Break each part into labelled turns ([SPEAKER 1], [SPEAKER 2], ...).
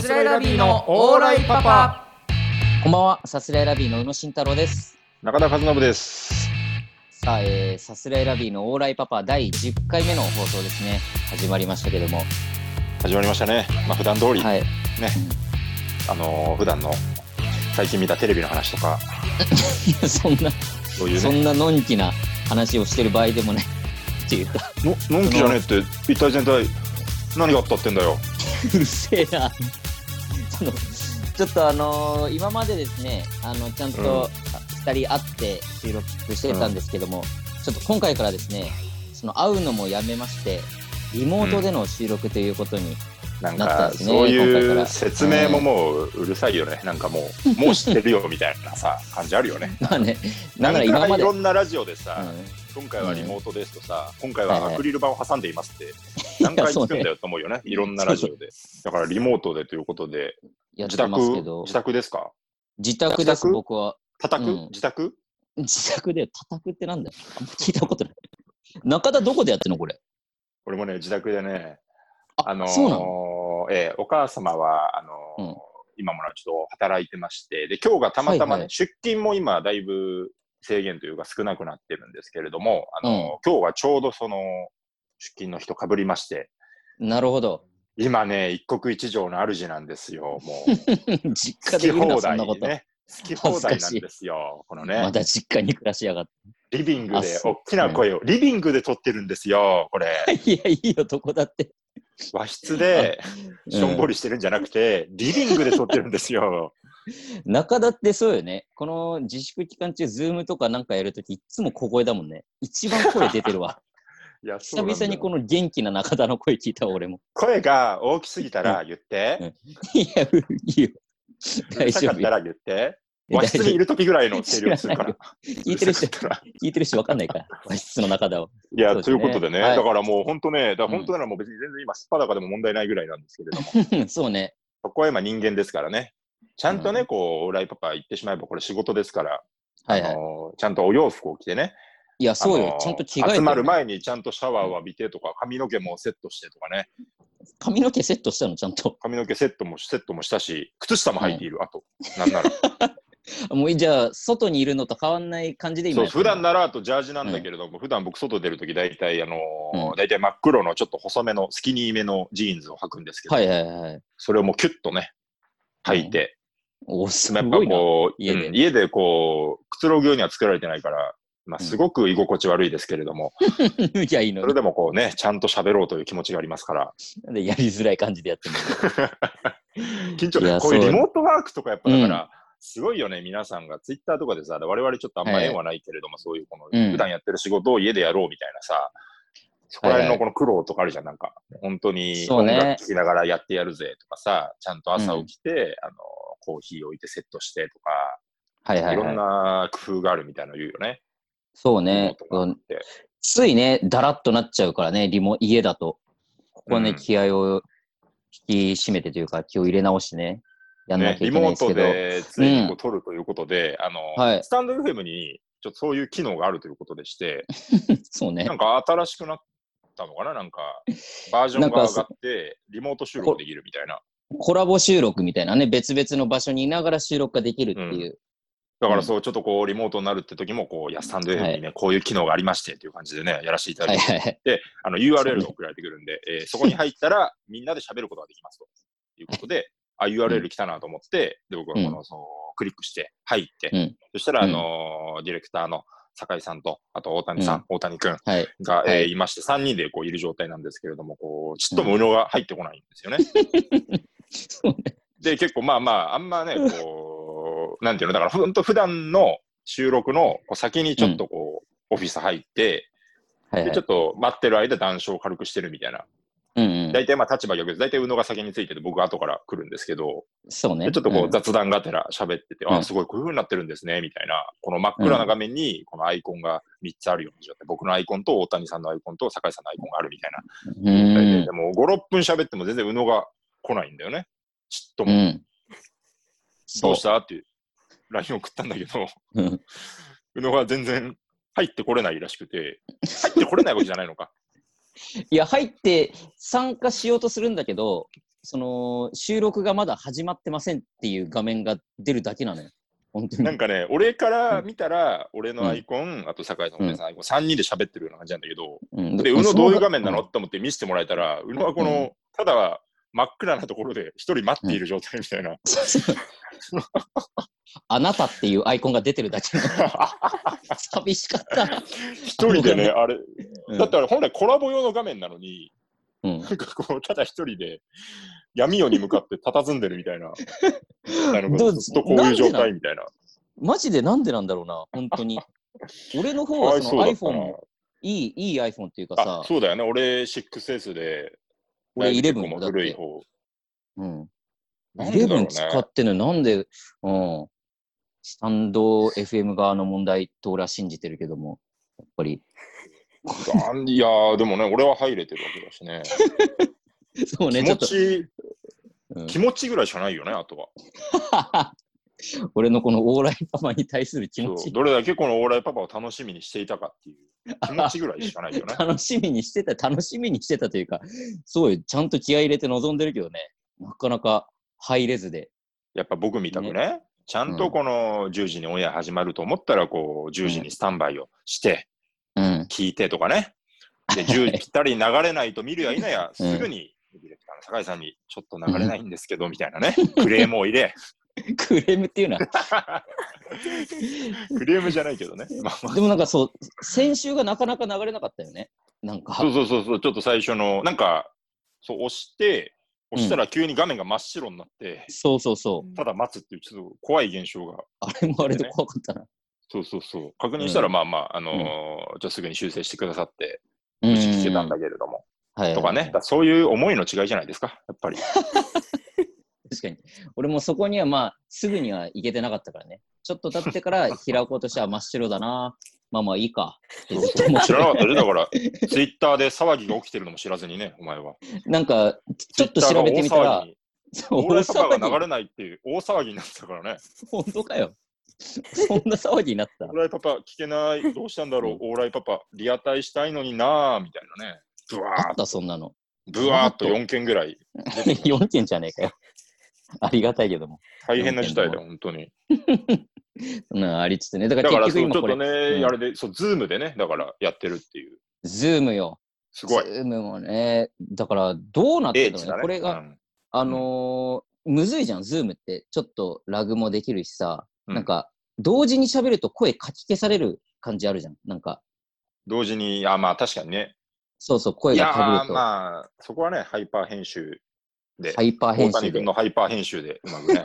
[SPEAKER 1] すらいラビーのオーライパ パ。
[SPEAKER 2] こんばんは、さすらいラビーの宇野慎太郎です。
[SPEAKER 3] 中田和信です。
[SPEAKER 2] さあ、えー、さすらいラビーのオーライパパ第10回目の放送ですね。始まりましたけども。
[SPEAKER 3] 始まりましたね。まあ普段通り、
[SPEAKER 2] はい。
[SPEAKER 3] あのー普段の最近見たテレビの話 とか、
[SPEAKER 2] そんな、
[SPEAKER 3] そういう
[SPEAKER 2] そ
[SPEAKER 3] ね、
[SPEAKER 2] んなのんきな話をしてる場合でもない。っていうか、
[SPEAKER 3] ののんきじゃねえって一体全体何があったってんだよ。
[SPEAKER 2] うるせえな。そのちょっとあのー今までですね、あの、ちゃんと2人会って収録してたんですけども、ちょっと今回からですね、その会うのもやめまして、リモートでの収録ということに
[SPEAKER 3] なん
[SPEAKER 2] なったん
[SPEAKER 3] か
[SPEAKER 2] ですね
[SPEAKER 3] そう
[SPEAKER 2] 今回か
[SPEAKER 3] い
[SPEAKER 2] ら
[SPEAKER 3] う説明ももううるさいよね。なんかもうもう知ってるよみたいなさ感じあるよね。
[SPEAKER 2] まあね、な
[SPEAKER 3] なんん
[SPEAKER 2] な
[SPEAKER 3] から
[SPEAKER 2] 今ま
[SPEAKER 3] い
[SPEAKER 2] で。
[SPEAKER 3] ろんなラジオで
[SPEAKER 2] う
[SPEAKER 3] さ、
[SPEAKER 2] ん
[SPEAKER 3] 今回はリモートですとさ、今回
[SPEAKER 2] はいは
[SPEAKER 3] はいアクリル板を挟んでいますって 何回聞くんだよと思うよね。いろんなラジオで。だからリモートでということで
[SPEAKER 2] やって
[SPEAKER 3] 自宅
[SPEAKER 2] ますけど
[SPEAKER 3] 自。宅ですか？
[SPEAKER 2] 自宅
[SPEAKER 3] 自
[SPEAKER 2] です、
[SPEAKER 3] 宅
[SPEAKER 2] 僕は。
[SPEAKER 3] 叩く、
[SPEAKER 2] うん
[SPEAKER 3] 自宅？
[SPEAKER 2] 自宅で叩くってなんだよ。あんま聞いたことない。中田どこでやってんのこれ。
[SPEAKER 3] 俺もね、自宅でね、
[SPEAKER 2] あ、
[SPEAKER 3] あのー
[SPEAKER 2] そうなの
[SPEAKER 3] ええお母様は、あのー
[SPEAKER 2] うん
[SPEAKER 3] 今もちょっと働いてまして、で、今日がたまたまね、
[SPEAKER 2] はいはい
[SPEAKER 3] 出勤も今、だいぶ制限というか少なくなってるんですけれども、あのー今日はちょうどその、出勤の人かぶりまして、
[SPEAKER 2] なるほど。
[SPEAKER 3] 今ね、一国一城の主なんですよ、もう。
[SPEAKER 2] 実家で
[SPEAKER 3] 好き
[SPEAKER 2] 言うな、そ
[SPEAKER 3] 放
[SPEAKER 2] ん
[SPEAKER 3] 題
[SPEAKER 2] なこ
[SPEAKER 3] に
[SPEAKER 2] と。
[SPEAKER 3] ね。好き放題なんですよ、このね
[SPEAKER 2] ま、だ実家に暮らしやがって。
[SPEAKER 3] リビング
[SPEAKER 2] あ
[SPEAKER 3] で、
[SPEAKER 2] そう
[SPEAKER 3] 大きな声を、リビングで撮ってるんですよ、これ。
[SPEAKER 2] いや、いいよ、どこだって。
[SPEAKER 3] 和室で、
[SPEAKER 2] うん
[SPEAKER 3] しょんぼりしてるんじゃなくて、リビングで撮ってるんですよ。
[SPEAKER 2] 中田ってそうよね。この自粛期間中、ズームとかなんかやるとき、いっつも小声だもんね。一番声出てる わ。
[SPEAKER 3] いや、そ
[SPEAKER 2] 久
[SPEAKER 3] うなんだ
[SPEAKER 2] 々
[SPEAKER 3] よ
[SPEAKER 2] にこの元気な中田の声聞いたわ俺も。
[SPEAKER 3] 声が大きすぎたら言っ
[SPEAKER 2] うん
[SPEAKER 3] て、
[SPEAKER 2] いや、ういいよ。
[SPEAKER 3] うる
[SPEAKER 2] 大
[SPEAKER 3] さ
[SPEAKER 2] 丈
[SPEAKER 3] かっ
[SPEAKER 2] 夫
[SPEAKER 3] た
[SPEAKER 2] よ。
[SPEAKER 3] ら言って、
[SPEAKER 2] 大
[SPEAKER 3] 和室
[SPEAKER 2] 丈
[SPEAKER 3] にい
[SPEAKER 2] 夫。
[SPEAKER 3] る時ぐらいの声量するか
[SPEAKER 2] 知らないよ
[SPEAKER 3] ら。
[SPEAKER 2] 聞いてる人
[SPEAKER 3] うるさかったら
[SPEAKER 2] 聞いてる人わかんないから、和室の中だを。
[SPEAKER 3] いや、
[SPEAKER 2] そうです
[SPEAKER 3] と
[SPEAKER 2] ね
[SPEAKER 3] いうことでね、
[SPEAKER 2] はい
[SPEAKER 3] だからもう本当ね、だから
[SPEAKER 2] うん
[SPEAKER 3] 本当ならもう別に全然今、すっぱだかでも問題ないぐらいなんですけれども、
[SPEAKER 2] そうね。
[SPEAKER 3] そこは今人間ですからね。ちゃんと
[SPEAKER 2] う
[SPEAKER 3] ね、こう、オーライパパ言ってしまえば、これ仕事ですから、
[SPEAKER 2] はいは
[SPEAKER 3] あ
[SPEAKER 2] い。
[SPEAKER 3] のちゃんとお洋服を着てね、
[SPEAKER 2] いや、そう
[SPEAKER 3] あ
[SPEAKER 2] よ
[SPEAKER 3] の。
[SPEAKER 2] ちゃんと着替えて
[SPEAKER 3] 集
[SPEAKER 2] ね、
[SPEAKER 3] まる前にちゃんとシャワーを浴びてとか、髪の毛もセットしてとかね、
[SPEAKER 2] 髪の毛セットしたの、ちゃんと。
[SPEAKER 3] 髪の毛セットもセットもしたし、靴下も履いている、あと、なんなら。
[SPEAKER 2] もうじゃあ、外にいるのと変わんない感じで今
[SPEAKER 3] そう
[SPEAKER 2] やって
[SPEAKER 3] 普
[SPEAKER 2] る
[SPEAKER 3] 段ならあとジャージなんだけれども、普段僕外出るとき大体あのー
[SPEAKER 2] うん
[SPEAKER 3] 大体真っ黒のちょっと細めのスキニーめのジーンズを履くんですけど、
[SPEAKER 2] はいはいはい。
[SPEAKER 3] それをもうキュッとね履いて、
[SPEAKER 2] おす
[SPEAKER 3] やっぱ
[SPEAKER 2] ごいな。
[SPEAKER 3] こう
[SPEAKER 2] 家
[SPEAKER 3] 家
[SPEAKER 2] で
[SPEAKER 3] で,、家でこうくつろぐようには作られてないから、まあ、すごく居心地悪いですけれども、
[SPEAKER 2] いや、いいの
[SPEAKER 3] そ
[SPEAKER 2] に
[SPEAKER 3] れ。でもこうねちゃんと喋ろうという気持ちがありますから
[SPEAKER 2] なんでやりづらい感じでやってる
[SPEAKER 3] 緊張
[SPEAKER 2] いや
[SPEAKER 3] こういう
[SPEAKER 2] そう
[SPEAKER 3] リモートワークとかやっぱだか
[SPEAKER 2] う
[SPEAKER 3] ら、すごいよね、皆さんがツイッターとかでさ、我々ちょっとあんま縁はないけれども、そういうこの、
[SPEAKER 2] うん
[SPEAKER 3] 普段やってる仕事を家でやろうみたいなさ、そこら辺のこの苦労とかあるじゃん、なんか、本当に
[SPEAKER 2] そう
[SPEAKER 3] 音
[SPEAKER 2] ね
[SPEAKER 3] 楽聴きながらやってやるぜとかさ、ちゃんと朝起きて、あの、コーヒー置いてセットしてとか、
[SPEAKER 2] はいはい
[SPEAKER 3] いろん
[SPEAKER 2] はい。
[SPEAKER 3] な工夫があるみたいなの言うよね。
[SPEAKER 2] そう
[SPEAKER 3] リモ
[SPEAKER 2] ね
[SPEAKER 3] ート。
[SPEAKER 2] う
[SPEAKER 3] ワーク
[SPEAKER 2] ん
[SPEAKER 3] って
[SPEAKER 2] ついね、だらっとなっちゃうからね、リモ、家だと。ここはね、
[SPEAKER 3] うん
[SPEAKER 2] 気合を引き締めてというか、気を入れ直してね、やんな
[SPEAKER 3] ね
[SPEAKER 2] きゃ
[SPEAKER 3] リ
[SPEAKER 2] いけないで
[SPEAKER 3] モー
[SPEAKER 2] すけ
[SPEAKER 3] ト
[SPEAKER 2] ど。
[SPEAKER 3] でついにこう撮るということで、あの、
[SPEAKER 2] はい
[SPEAKER 3] スタンド FM にちょっとそういう機能があるということでして、
[SPEAKER 2] そうね
[SPEAKER 3] な。んか新しくなったのかななんか、バージョンが上がって、リモート収録できるみたいな。
[SPEAKER 2] コラボ収録みたいなね、別々の場所にいながら収録ができるっていう。
[SPEAKER 3] だからそう、ちょっとこう、リモートになるって時も、こう、やスタンド FM にね、こういう機能がありまして、という感じでね、やらせていた
[SPEAKER 2] は
[SPEAKER 3] だ
[SPEAKER 2] い
[SPEAKER 3] いて、
[SPEAKER 2] はいはい。
[SPEAKER 3] あの、URL が送られてくるんで、えーそこに入ったら、みんなで喋ることができますと。いうことで、あ、URL 来たなと思って、で、僕はこの、そう、クリックして、入って、
[SPEAKER 2] うん
[SPEAKER 3] そしたら、あのーディレクターの酒井さんと、あと大谷さん、大谷くん
[SPEAKER 2] はい。
[SPEAKER 3] が、えー
[SPEAKER 2] はい
[SPEAKER 3] いまして、3人でこう、いる状態なんですけれども、こう、ちっとも宇野が入ってこないんですよね。
[SPEAKER 2] そうね。
[SPEAKER 3] で、結構まあまあ、あんまね、 こう、なんていうの、だから本当普段の収録のこう先にちょっとこう、オフィス入って、
[SPEAKER 2] はいはい
[SPEAKER 3] で、ちょっと待ってる間、談笑を軽くしてるみたいな。
[SPEAKER 2] うんうん、
[SPEAKER 3] 大体まあ立場逆です。大体宇野が先についてて、僕後から来るんですけど、
[SPEAKER 2] そうね。
[SPEAKER 3] でちょっとこ
[SPEAKER 2] う
[SPEAKER 3] う雑談がてら喋ってて、
[SPEAKER 2] うん
[SPEAKER 3] あ、すごい、こういう風になってるんですね、みたいな。この真っ暗な画面に、このアイコンが3つあるようにしちゃって、僕のアイコンと大谷さんのアイコンと酒井さんのアイコンがあるみたいな。
[SPEAKER 2] ん、うん
[SPEAKER 3] でも5、6分喋っても全然宇野が来ないんだよね。ちっと
[SPEAKER 2] う
[SPEAKER 3] も。
[SPEAKER 2] ん。
[SPEAKER 3] ど
[SPEAKER 2] そうう
[SPEAKER 3] し。たって LINE を送ったんだけ ど、
[SPEAKER 2] うん
[SPEAKER 3] 宇野が全然入ってこれないらしくて、入ってこれないわけじゃないのか。
[SPEAKER 2] いや、入って参加しようとするんだけど、その、収録がまだ始まってませんっていう画面が出るだけなのよ。本当に。
[SPEAKER 3] なんかね、俺から見たら、俺のアイコン、あと酒井さんのお姉さんのアイコン、3人で喋ってるような感じなんだけど、
[SPEAKER 2] うん
[SPEAKER 3] で、うのどういう画面なの
[SPEAKER 2] う
[SPEAKER 3] って思って見せてもらえたら、うのはこ
[SPEAKER 2] う
[SPEAKER 3] の、ただ真っ暗なところで一人待っている状態みたいな。
[SPEAKER 2] あなたっていうアイコンが出てるだけなの 寂しか った。
[SPEAKER 3] 一人でね、あれ、
[SPEAKER 2] うん
[SPEAKER 3] だってあれ本来コラボ用の画面なのに、
[SPEAKER 2] うん
[SPEAKER 3] なんかこう、ただ一人で闇夜に向かって佇んでるみ たいな、なるほ
[SPEAKER 2] ど
[SPEAKER 3] ど
[SPEAKER 2] う
[SPEAKER 3] ずっとこういう状態みたいな。
[SPEAKER 2] マジでなんでなんだろうな、本当に。俺の方
[SPEAKER 3] かわ
[SPEAKER 2] はいそ
[SPEAKER 3] そう
[SPEAKER 2] の
[SPEAKER 3] だったな
[SPEAKER 2] iPhone、いい、いい iPhone っていうか
[SPEAKER 3] あ
[SPEAKER 2] さ、、
[SPEAKER 3] そうだよね。俺 6S で、
[SPEAKER 2] 俺
[SPEAKER 3] だいぶ結
[SPEAKER 2] 11
[SPEAKER 3] 構
[SPEAKER 2] だって
[SPEAKER 3] 古い方。
[SPEAKER 2] うん。
[SPEAKER 3] なんでだろうね
[SPEAKER 2] 11使ってんのになんで、うん。スタンド FM 側の問題と俺は信じてるけども、やっぱり。
[SPEAKER 3] あんいやー、でもね、俺は入れてるわけだしね。
[SPEAKER 2] そう
[SPEAKER 3] 気
[SPEAKER 2] ね、ちょ
[SPEAKER 3] 持
[SPEAKER 2] っと。
[SPEAKER 3] ち、
[SPEAKER 2] うん
[SPEAKER 3] 気持ちぐらいしかないよね、あとは。
[SPEAKER 2] 俺のこのオーライパパに対する気持
[SPEAKER 3] そう
[SPEAKER 2] ち、
[SPEAKER 3] どれだけこのオーライパパを楽しみにしていたかっていう 気持ちぐらいしかないよね。
[SPEAKER 2] 楽しみにしてた、楽しみにしてたというか、そうよ、ちゃんと気合い入れて臨んでるけどね、なかなか入れずで。
[SPEAKER 3] やっぱ僕みたくね、ちゃんとこの10時にオンエア始まると思ったら、こう、10時にスタンバイをして、
[SPEAKER 2] うん。
[SPEAKER 3] 聞いてとかね。で、10時ぴったりに流れないと見るや否や、
[SPEAKER 2] うん
[SPEAKER 3] すぐに、ディレクターの酒井さんに、ちょっと流れないんですけど、みたい なね、クレームを入れ、
[SPEAKER 2] クレームっていうのは
[SPEAKER 3] クレームじゃないけ どね。まあまあ
[SPEAKER 2] でもなんかそう、先週がなかなか流れなかったよね。なんか、
[SPEAKER 3] そうそうそうそう、ちょっと最初の、なんか、そう押して、押したら急に画面が真っ白になって、
[SPEAKER 2] そうそうそう。
[SPEAKER 3] ただ待つっていう、ちょっと怖い現象が、
[SPEAKER 2] あれもあれで怖かったな。
[SPEAKER 3] そうそうそう、確認したら、
[SPEAKER 2] う
[SPEAKER 3] まあまあ、あのーちょっとすぐに修正してくださって、
[SPEAKER 2] う
[SPEAKER 3] 無事聞けたんだけれども、
[SPEAKER 2] はい
[SPEAKER 3] とかね、だからそういう思いの違いじゃないですか、やっぱり。
[SPEAKER 2] 確かに。俺もそこにはまあ、すぐには行けてなかったからね。ちょっと経ってから開こうとしては真っ白だな。まあまあいいか。ってずっと思って
[SPEAKER 3] 知らなかったで、だから、ツイッターで騒ぎが起きてるのも知らずにね、お前は。
[SPEAKER 2] なんか、ちょっと調べてみた
[SPEAKER 3] 大騒
[SPEAKER 2] ら
[SPEAKER 3] ぎ、に
[SPEAKER 2] そう
[SPEAKER 3] オーライパパ
[SPEAKER 2] 大
[SPEAKER 3] が
[SPEAKER 2] 騒
[SPEAKER 3] 流
[SPEAKER 2] ぎ
[SPEAKER 3] れないっていう大騒ぎになってたからね。
[SPEAKER 2] 本当かよ。そんな騒ぎになった
[SPEAKER 3] オー。ライパパ聞けない、どうしたんだろう、オーライパパ、リアタイしたいのになぁ、みたいなね。ブワ
[SPEAKER 2] あ
[SPEAKER 3] ー
[SPEAKER 2] っ
[SPEAKER 3] っと、
[SPEAKER 2] た、そんなの。
[SPEAKER 3] ブワーっと4件ぐらい。
[SPEAKER 2] 4件じゃねえかよ。ありがたいけども。
[SPEAKER 3] 大変な事態だよ、本当に。
[SPEAKER 2] うん、ありつつね。だか
[SPEAKER 3] だからら、
[SPEAKER 2] 結
[SPEAKER 3] そ
[SPEAKER 2] 局
[SPEAKER 3] うち
[SPEAKER 2] 今こと
[SPEAKER 3] ょっ
[SPEAKER 2] れ、う
[SPEAKER 3] ね、
[SPEAKER 2] ん
[SPEAKER 3] あれで、そう、ズームでね、だからやってるっていう。
[SPEAKER 2] ズームよ。
[SPEAKER 3] すごい。
[SPEAKER 2] ズームもね、だからどうなって
[SPEAKER 3] 英
[SPEAKER 2] るの
[SPEAKER 3] 知
[SPEAKER 2] ね
[SPEAKER 3] だね。
[SPEAKER 2] これが、
[SPEAKER 3] うん
[SPEAKER 2] あのーむずいじゃん、ズームって。ちょっとラグもできるしさ、
[SPEAKER 3] うん
[SPEAKER 2] なんか、同時に喋ると声かき消される感じあるじゃん。なんか、
[SPEAKER 3] 同時に、あ、まあ確かにね。
[SPEAKER 2] そうそう、声
[SPEAKER 3] いや
[SPEAKER 2] がかぶる
[SPEAKER 3] ー、
[SPEAKER 2] と、
[SPEAKER 3] まあ、そこはね、ハイパー編集で。
[SPEAKER 2] ハイパー
[SPEAKER 3] 大
[SPEAKER 2] 編集
[SPEAKER 3] 谷
[SPEAKER 2] で
[SPEAKER 3] 君、のハイパー編集でう まくね。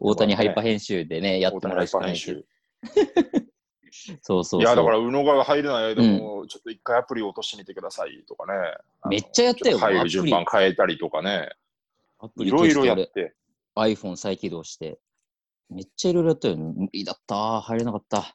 [SPEAKER 2] 大谷ハイパー
[SPEAKER 3] ー
[SPEAKER 2] 編集でね、やってもらうしかないけど。そうそうそう。
[SPEAKER 3] いや、だから、宇野が入れない間も、ちょっと一回アプリ落としてみてくださいとかね。
[SPEAKER 2] めっちゃやったよ
[SPEAKER 3] ちょと入る順番変えたりとかね。
[SPEAKER 2] アプ
[SPEAKER 3] い
[SPEAKER 2] リ
[SPEAKER 3] ろ
[SPEAKER 2] 閉
[SPEAKER 3] い
[SPEAKER 2] じて
[SPEAKER 3] ろやっ
[SPEAKER 2] 俺
[SPEAKER 3] て。
[SPEAKER 2] iPhone 再起動して、めっちゃいろいろやったよ。無理だった。入れなかった。
[SPEAKER 3] だか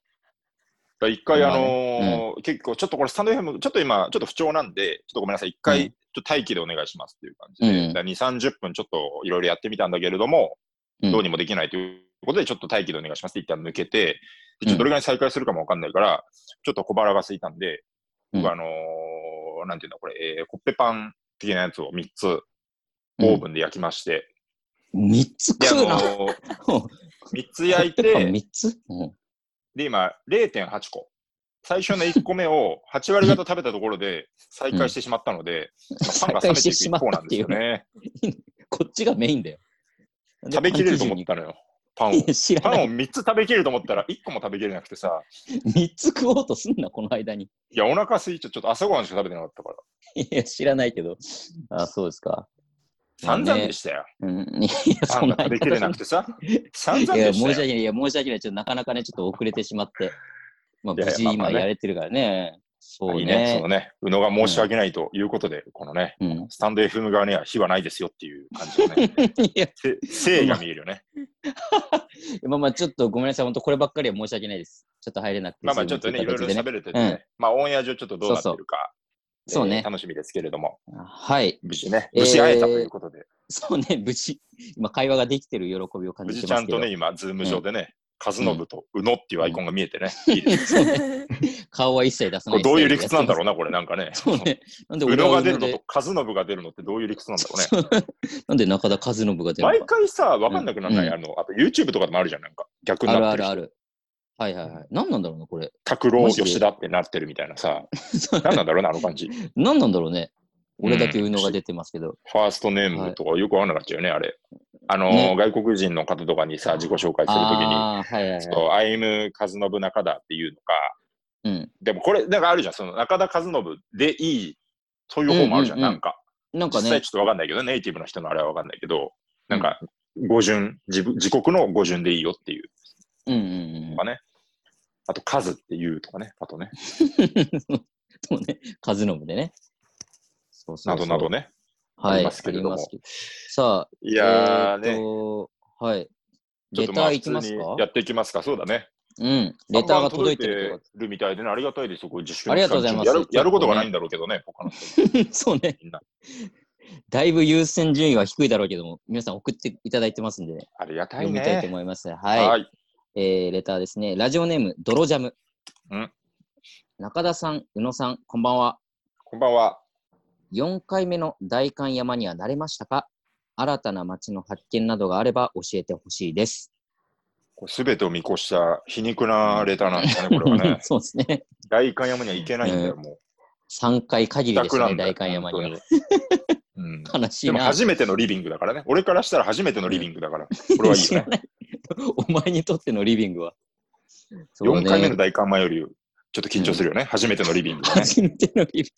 [SPEAKER 3] ら一回、あのー結構、ちょっとこれ、スタンド FM、ちょっと今、ちょっと不調なんで、ちょっとごめんなさい、一
[SPEAKER 2] う
[SPEAKER 3] 回、
[SPEAKER 2] ん
[SPEAKER 3] ちょっと待機でお願いしますっていう感じで、
[SPEAKER 2] うん
[SPEAKER 3] だから2、30分、ちょっといろいろやってみたんだけれども、
[SPEAKER 2] うん
[SPEAKER 3] どうにもできないということで、ちょっと待機でお願いしますって一旦抜けて、でちょっとどれぐらい再開するかもわかんないから、ちょっと小腹が空いたんで、
[SPEAKER 2] うん
[SPEAKER 3] 僕、あのーなんていうんだ、これ、えーコッペパン的なやつを3つ、オーブンで焼きまして、
[SPEAKER 2] 3つ
[SPEAKER 3] で、あ
[SPEAKER 2] 食うな。
[SPEAKER 3] のー、3つ
[SPEAKER 2] コ
[SPEAKER 3] 焼い
[SPEAKER 2] ッペパン
[SPEAKER 3] て、
[SPEAKER 2] 3つ、うん
[SPEAKER 3] で、今、0.8個。最初の1個目を8割方食べたところで再開してしまったので、まあパンが冷めていく一方なんですよね。
[SPEAKER 2] こっちがメインだよ。
[SPEAKER 3] 食べきれると思ったのよ、パンを
[SPEAKER 2] い。や知ら
[SPEAKER 3] パ
[SPEAKER 2] な
[SPEAKER 3] ン
[SPEAKER 2] い。
[SPEAKER 3] を3つ食べきれると思ったら1個も食べきれなくてさ、
[SPEAKER 2] 3つ食おうとすんな、この間に。
[SPEAKER 3] いや、お腹空いちゃうちょっと朝ごはんしか食べてなかったから、
[SPEAKER 2] いや、知らないけど。あ、そうですか。
[SPEAKER 3] 散々でしたよ。
[SPEAKER 2] うん、いや、
[SPEAKER 3] パ
[SPEAKER 2] そ
[SPEAKER 3] ン
[SPEAKER 2] ん
[SPEAKER 3] が
[SPEAKER 2] な
[SPEAKER 3] 食べきれなくてさ、散
[SPEAKER 2] い
[SPEAKER 3] 々
[SPEAKER 2] や、
[SPEAKER 3] でし
[SPEAKER 2] 申した訳
[SPEAKER 3] よ。
[SPEAKER 2] ない。いや、申し訳ない。ちょっとなかなかね、ちょっと遅れてしまって。まあ、無
[SPEAKER 3] いやいや
[SPEAKER 2] 事
[SPEAKER 3] まあ
[SPEAKER 2] 今
[SPEAKER 3] まあね
[SPEAKER 2] やれてるからね。そう
[SPEAKER 3] いい
[SPEAKER 2] ね。
[SPEAKER 3] ね、そのね、宇野が申し訳ないということで、このね、
[SPEAKER 2] うん、
[SPEAKER 3] スタンド FM 側には火はないですよっていう感じ のね、
[SPEAKER 2] いや、
[SPEAKER 3] せ誠意が見えるよね。
[SPEAKER 2] まあまあ、ちょっとごめんなさい。本当こればっかりは申し訳ないです。ちょっと入れなくて。
[SPEAKER 3] まあまあちょっとね、いろいろ
[SPEAKER 2] 喋
[SPEAKER 3] 喋れててね、
[SPEAKER 2] うん
[SPEAKER 3] まあオンエア上ちょっとどうなってるか、
[SPEAKER 2] そうそうそうね
[SPEAKER 3] えー楽しみですけれども、
[SPEAKER 2] はい。
[SPEAKER 3] 無事ね、
[SPEAKER 2] えー
[SPEAKER 3] 無事会えたということで、
[SPEAKER 2] そうね、無事、今会話ができてる喜びを感
[SPEAKER 3] 無
[SPEAKER 2] じて
[SPEAKER 3] 事ち
[SPEAKER 2] ま
[SPEAKER 3] ゃ
[SPEAKER 2] す
[SPEAKER 3] ん
[SPEAKER 2] けど。
[SPEAKER 3] とね、今、ズーム上でね、和信と宇野っていうアイコンが見えてね、いいですね
[SPEAKER 2] そうね顔は一切出さな
[SPEAKER 3] こ
[SPEAKER 2] い
[SPEAKER 3] れ
[SPEAKER 2] スタ
[SPEAKER 3] ど
[SPEAKER 2] イ
[SPEAKER 3] う
[SPEAKER 2] ル
[SPEAKER 3] いう
[SPEAKER 2] で
[SPEAKER 3] 理
[SPEAKER 2] やってます。
[SPEAKER 3] 屈なんだろうな、これなんかね。
[SPEAKER 2] そうね。なんで
[SPEAKER 3] 宇
[SPEAKER 2] 俺
[SPEAKER 3] 野
[SPEAKER 2] は
[SPEAKER 3] が
[SPEAKER 2] 宇
[SPEAKER 3] 出
[SPEAKER 2] 野
[SPEAKER 3] るの
[SPEAKER 2] で
[SPEAKER 3] と、和信が出るのってどういう理屈なんだろうね。
[SPEAKER 2] なんで中田和信が出る
[SPEAKER 3] 毎
[SPEAKER 2] のか。
[SPEAKER 3] 回さ、わかんなくならない、
[SPEAKER 2] うん
[SPEAKER 3] あの、あと YouTube とかでもあるじゃん、なんか。逆に
[SPEAKER 2] ある
[SPEAKER 3] なっ
[SPEAKER 2] あ
[SPEAKER 3] てる
[SPEAKER 2] る
[SPEAKER 3] 人。
[SPEAKER 2] ある。はいはいはい。何なんだろうな、これ。
[SPEAKER 3] 拓郎、
[SPEAKER 2] マジで
[SPEAKER 3] 吉田ってなってるみたいなさ。何なんだろうな、あの感じ。フ
[SPEAKER 2] 何なんだろうね。俺だけ
[SPEAKER 3] うん
[SPEAKER 2] 宇野が出てますけど。
[SPEAKER 3] ァーストネームとかよくわかんなかったよね、あれ。あのー、
[SPEAKER 2] ね
[SPEAKER 3] 外国人の方とかにさ、自己紹介するときに、
[SPEAKER 2] ああ、はいはいはい。
[SPEAKER 3] そう、アイム・カズノブ・中田っていうのか、
[SPEAKER 2] うん。
[SPEAKER 3] でもこれ、なんかあるじゃん、その中田和信でいい、そういう方もあるじゃん、
[SPEAKER 2] うんうんうん
[SPEAKER 3] なんか。
[SPEAKER 2] なんか
[SPEAKER 3] 実際
[SPEAKER 2] ね
[SPEAKER 3] ちょ、っとわかんないけど、ネイティブの人のあれはわかんないけど、なんか、語順、自分自国の語順でいいよっていう
[SPEAKER 2] うんうんう
[SPEAKER 3] と
[SPEAKER 2] ん
[SPEAKER 3] かね。あと、数っていうとかね、あとね、
[SPEAKER 2] そうね、カズノブでね。そうそう
[SPEAKER 3] な
[SPEAKER 2] そ
[SPEAKER 3] ど
[SPEAKER 2] う
[SPEAKER 3] など。ね。
[SPEAKER 2] はい、
[SPEAKER 3] ありますけれども
[SPEAKER 2] ありますけどさあ、
[SPEAKER 3] い
[SPEAKER 2] えー
[SPEAKER 3] やー
[SPEAKER 2] っ
[SPEAKER 3] ね、
[SPEAKER 2] とはい。
[SPEAKER 3] ちょ
[SPEAKER 2] レ
[SPEAKER 3] っと
[SPEAKER 2] タ
[SPEAKER 3] ま
[SPEAKER 2] ー
[SPEAKER 3] あ普
[SPEAKER 2] いき
[SPEAKER 3] 通
[SPEAKER 2] ます
[SPEAKER 3] に
[SPEAKER 2] か
[SPEAKER 3] やっていきますか、そうだね。
[SPEAKER 2] うん。レターが届いて
[SPEAKER 3] 3
[SPEAKER 2] る
[SPEAKER 3] 番るみたいでね、ありがたいですよ、こう自粛の
[SPEAKER 2] ありがとうございます
[SPEAKER 3] 期間中やるやることが
[SPEAKER 2] ちょっとね
[SPEAKER 3] ないんだろうけどね、他の人
[SPEAKER 2] とか。そうね
[SPEAKER 3] みんな。
[SPEAKER 2] だいぶ優先順位は低いだろうけども、皆さん送っていただいてますんでね、
[SPEAKER 3] ありがたい
[SPEAKER 2] 読みたいと
[SPEAKER 3] ね。
[SPEAKER 2] 思います。はい。
[SPEAKER 3] い。
[SPEAKER 2] えーレターですね。ラジオネーム、ドロジャム。
[SPEAKER 3] うん
[SPEAKER 2] 中田さん、宇野さん、こんばんは。
[SPEAKER 3] こんばんは。
[SPEAKER 2] 4回目の代官山には慣れましたか新たな街の発見などがあれば教えてほしいです。。
[SPEAKER 3] すべてを見越した皮肉なレターなんですかね、これはね
[SPEAKER 2] そうですね。
[SPEAKER 3] 大観山には行けないんだよ、も
[SPEAKER 2] 3回限りです
[SPEAKER 3] 楽な
[SPEAKER 2] ね、
[SPEAKER 3] んだよ
[SPEAKER 2] 代官山には。
[SPEAKER 3] う。うん
[SPEAKER 2] 悲 しい
[SPEAKER 3] でも
[SPEAKER 2] な。
[SPEAKER 3] 初めてのリビングだからね。俺からしたら初めてのリビングだから。これは いい
[SPEAKER 2] 知
[SPEAKER 3] よ
[SPEAKER 2] らな
[SPEAKER 3] ね。
[SPEAKER 2] いお前にとってのリビングは。そうね
[SPEAKER 3] 4回目の大観前より、ちょっと緊張するよね。初めてのリビングだね。
[SPEAKER 2] 初めてのリビ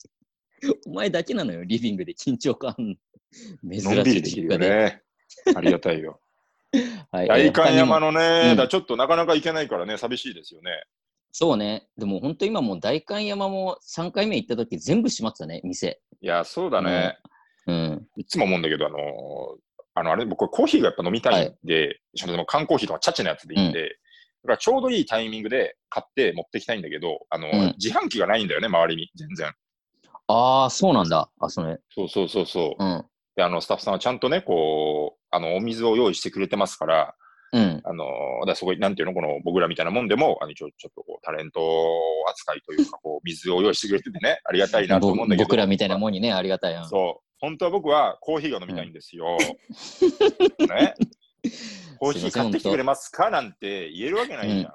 [SPEAKER 2] ング。お前だけなのよ、リビングで緊張感あんの。珍
[SPEAKER 3] のんび
[SPEAKER 2] し
[SPEAKER 3] り
[SPEAKER 2] い
[SPEAKER 3] でき
[SPEAKER 2] 実家
[SPEAKER 3] るよ
[SPEAKER 2] で。
[SPEAKER 3] ね。ありがたいよ。
[SPEAKER 2] はい
[SPEAKER 3] 大観山。
[SPEAKER 2] 他
[SPEAKER 3] の
[SPEAKER 2] にも
[SPEAKER 3] ね、
[SPEAKER 2] うん
[SPEAKER 3] だからちょっとなかなか行けないからね、寂しいですよね。
[SPEAKER 2] そうね。でも本当今もう代官山も3回目行った時全部閉まってたね、店。
[SPEAKER 3] いや、そうだね。
[SPEAKER 2] うん。
[SPEAKER 3] いつも思うんだけど、あのーあの、あれ、僕、コーヒーがやっぱ飲みたいんで、そのでも缶コーヒーとかチャチのやつでいいんで、だからちょうどいいタイミングで買って持ってきたいんだけど、あのー
[SPEAKER 2] うん
[SPEAKER 3] 自販機がないんだよね、周りに、全然。
[SPEAKER 2] ああ、そうなんだ。あ、それ。
[SPEAKER 3] そうそうそうそう。
[SPEAKER 2] うん。
[SPEAKER 3] で、あの、スタッフさんはちゃんとね、こう、あの、お水を用意してくれてますから、
[SPEAKER 2] うん。
[SPEAKER 3] あのーだからそこに、なんていうの、この僕らみたいなもんでも、あの、一応ちょっとこう、タレント扱いというか、こう、水を用意してくれててね、ありがたいなと
[SPEAKER 2] ぼ
[SPEAKER 3] 思うんだけど。
[SPEAKER 2] 僕らみたいなもんにね、ありがたいやん。
[SPEAKER 3] そう。本当は僕はコーヒーが飲みたいんです よ。ね。コーヒー買ってきてくれますかなんて言えるわけないじゃん。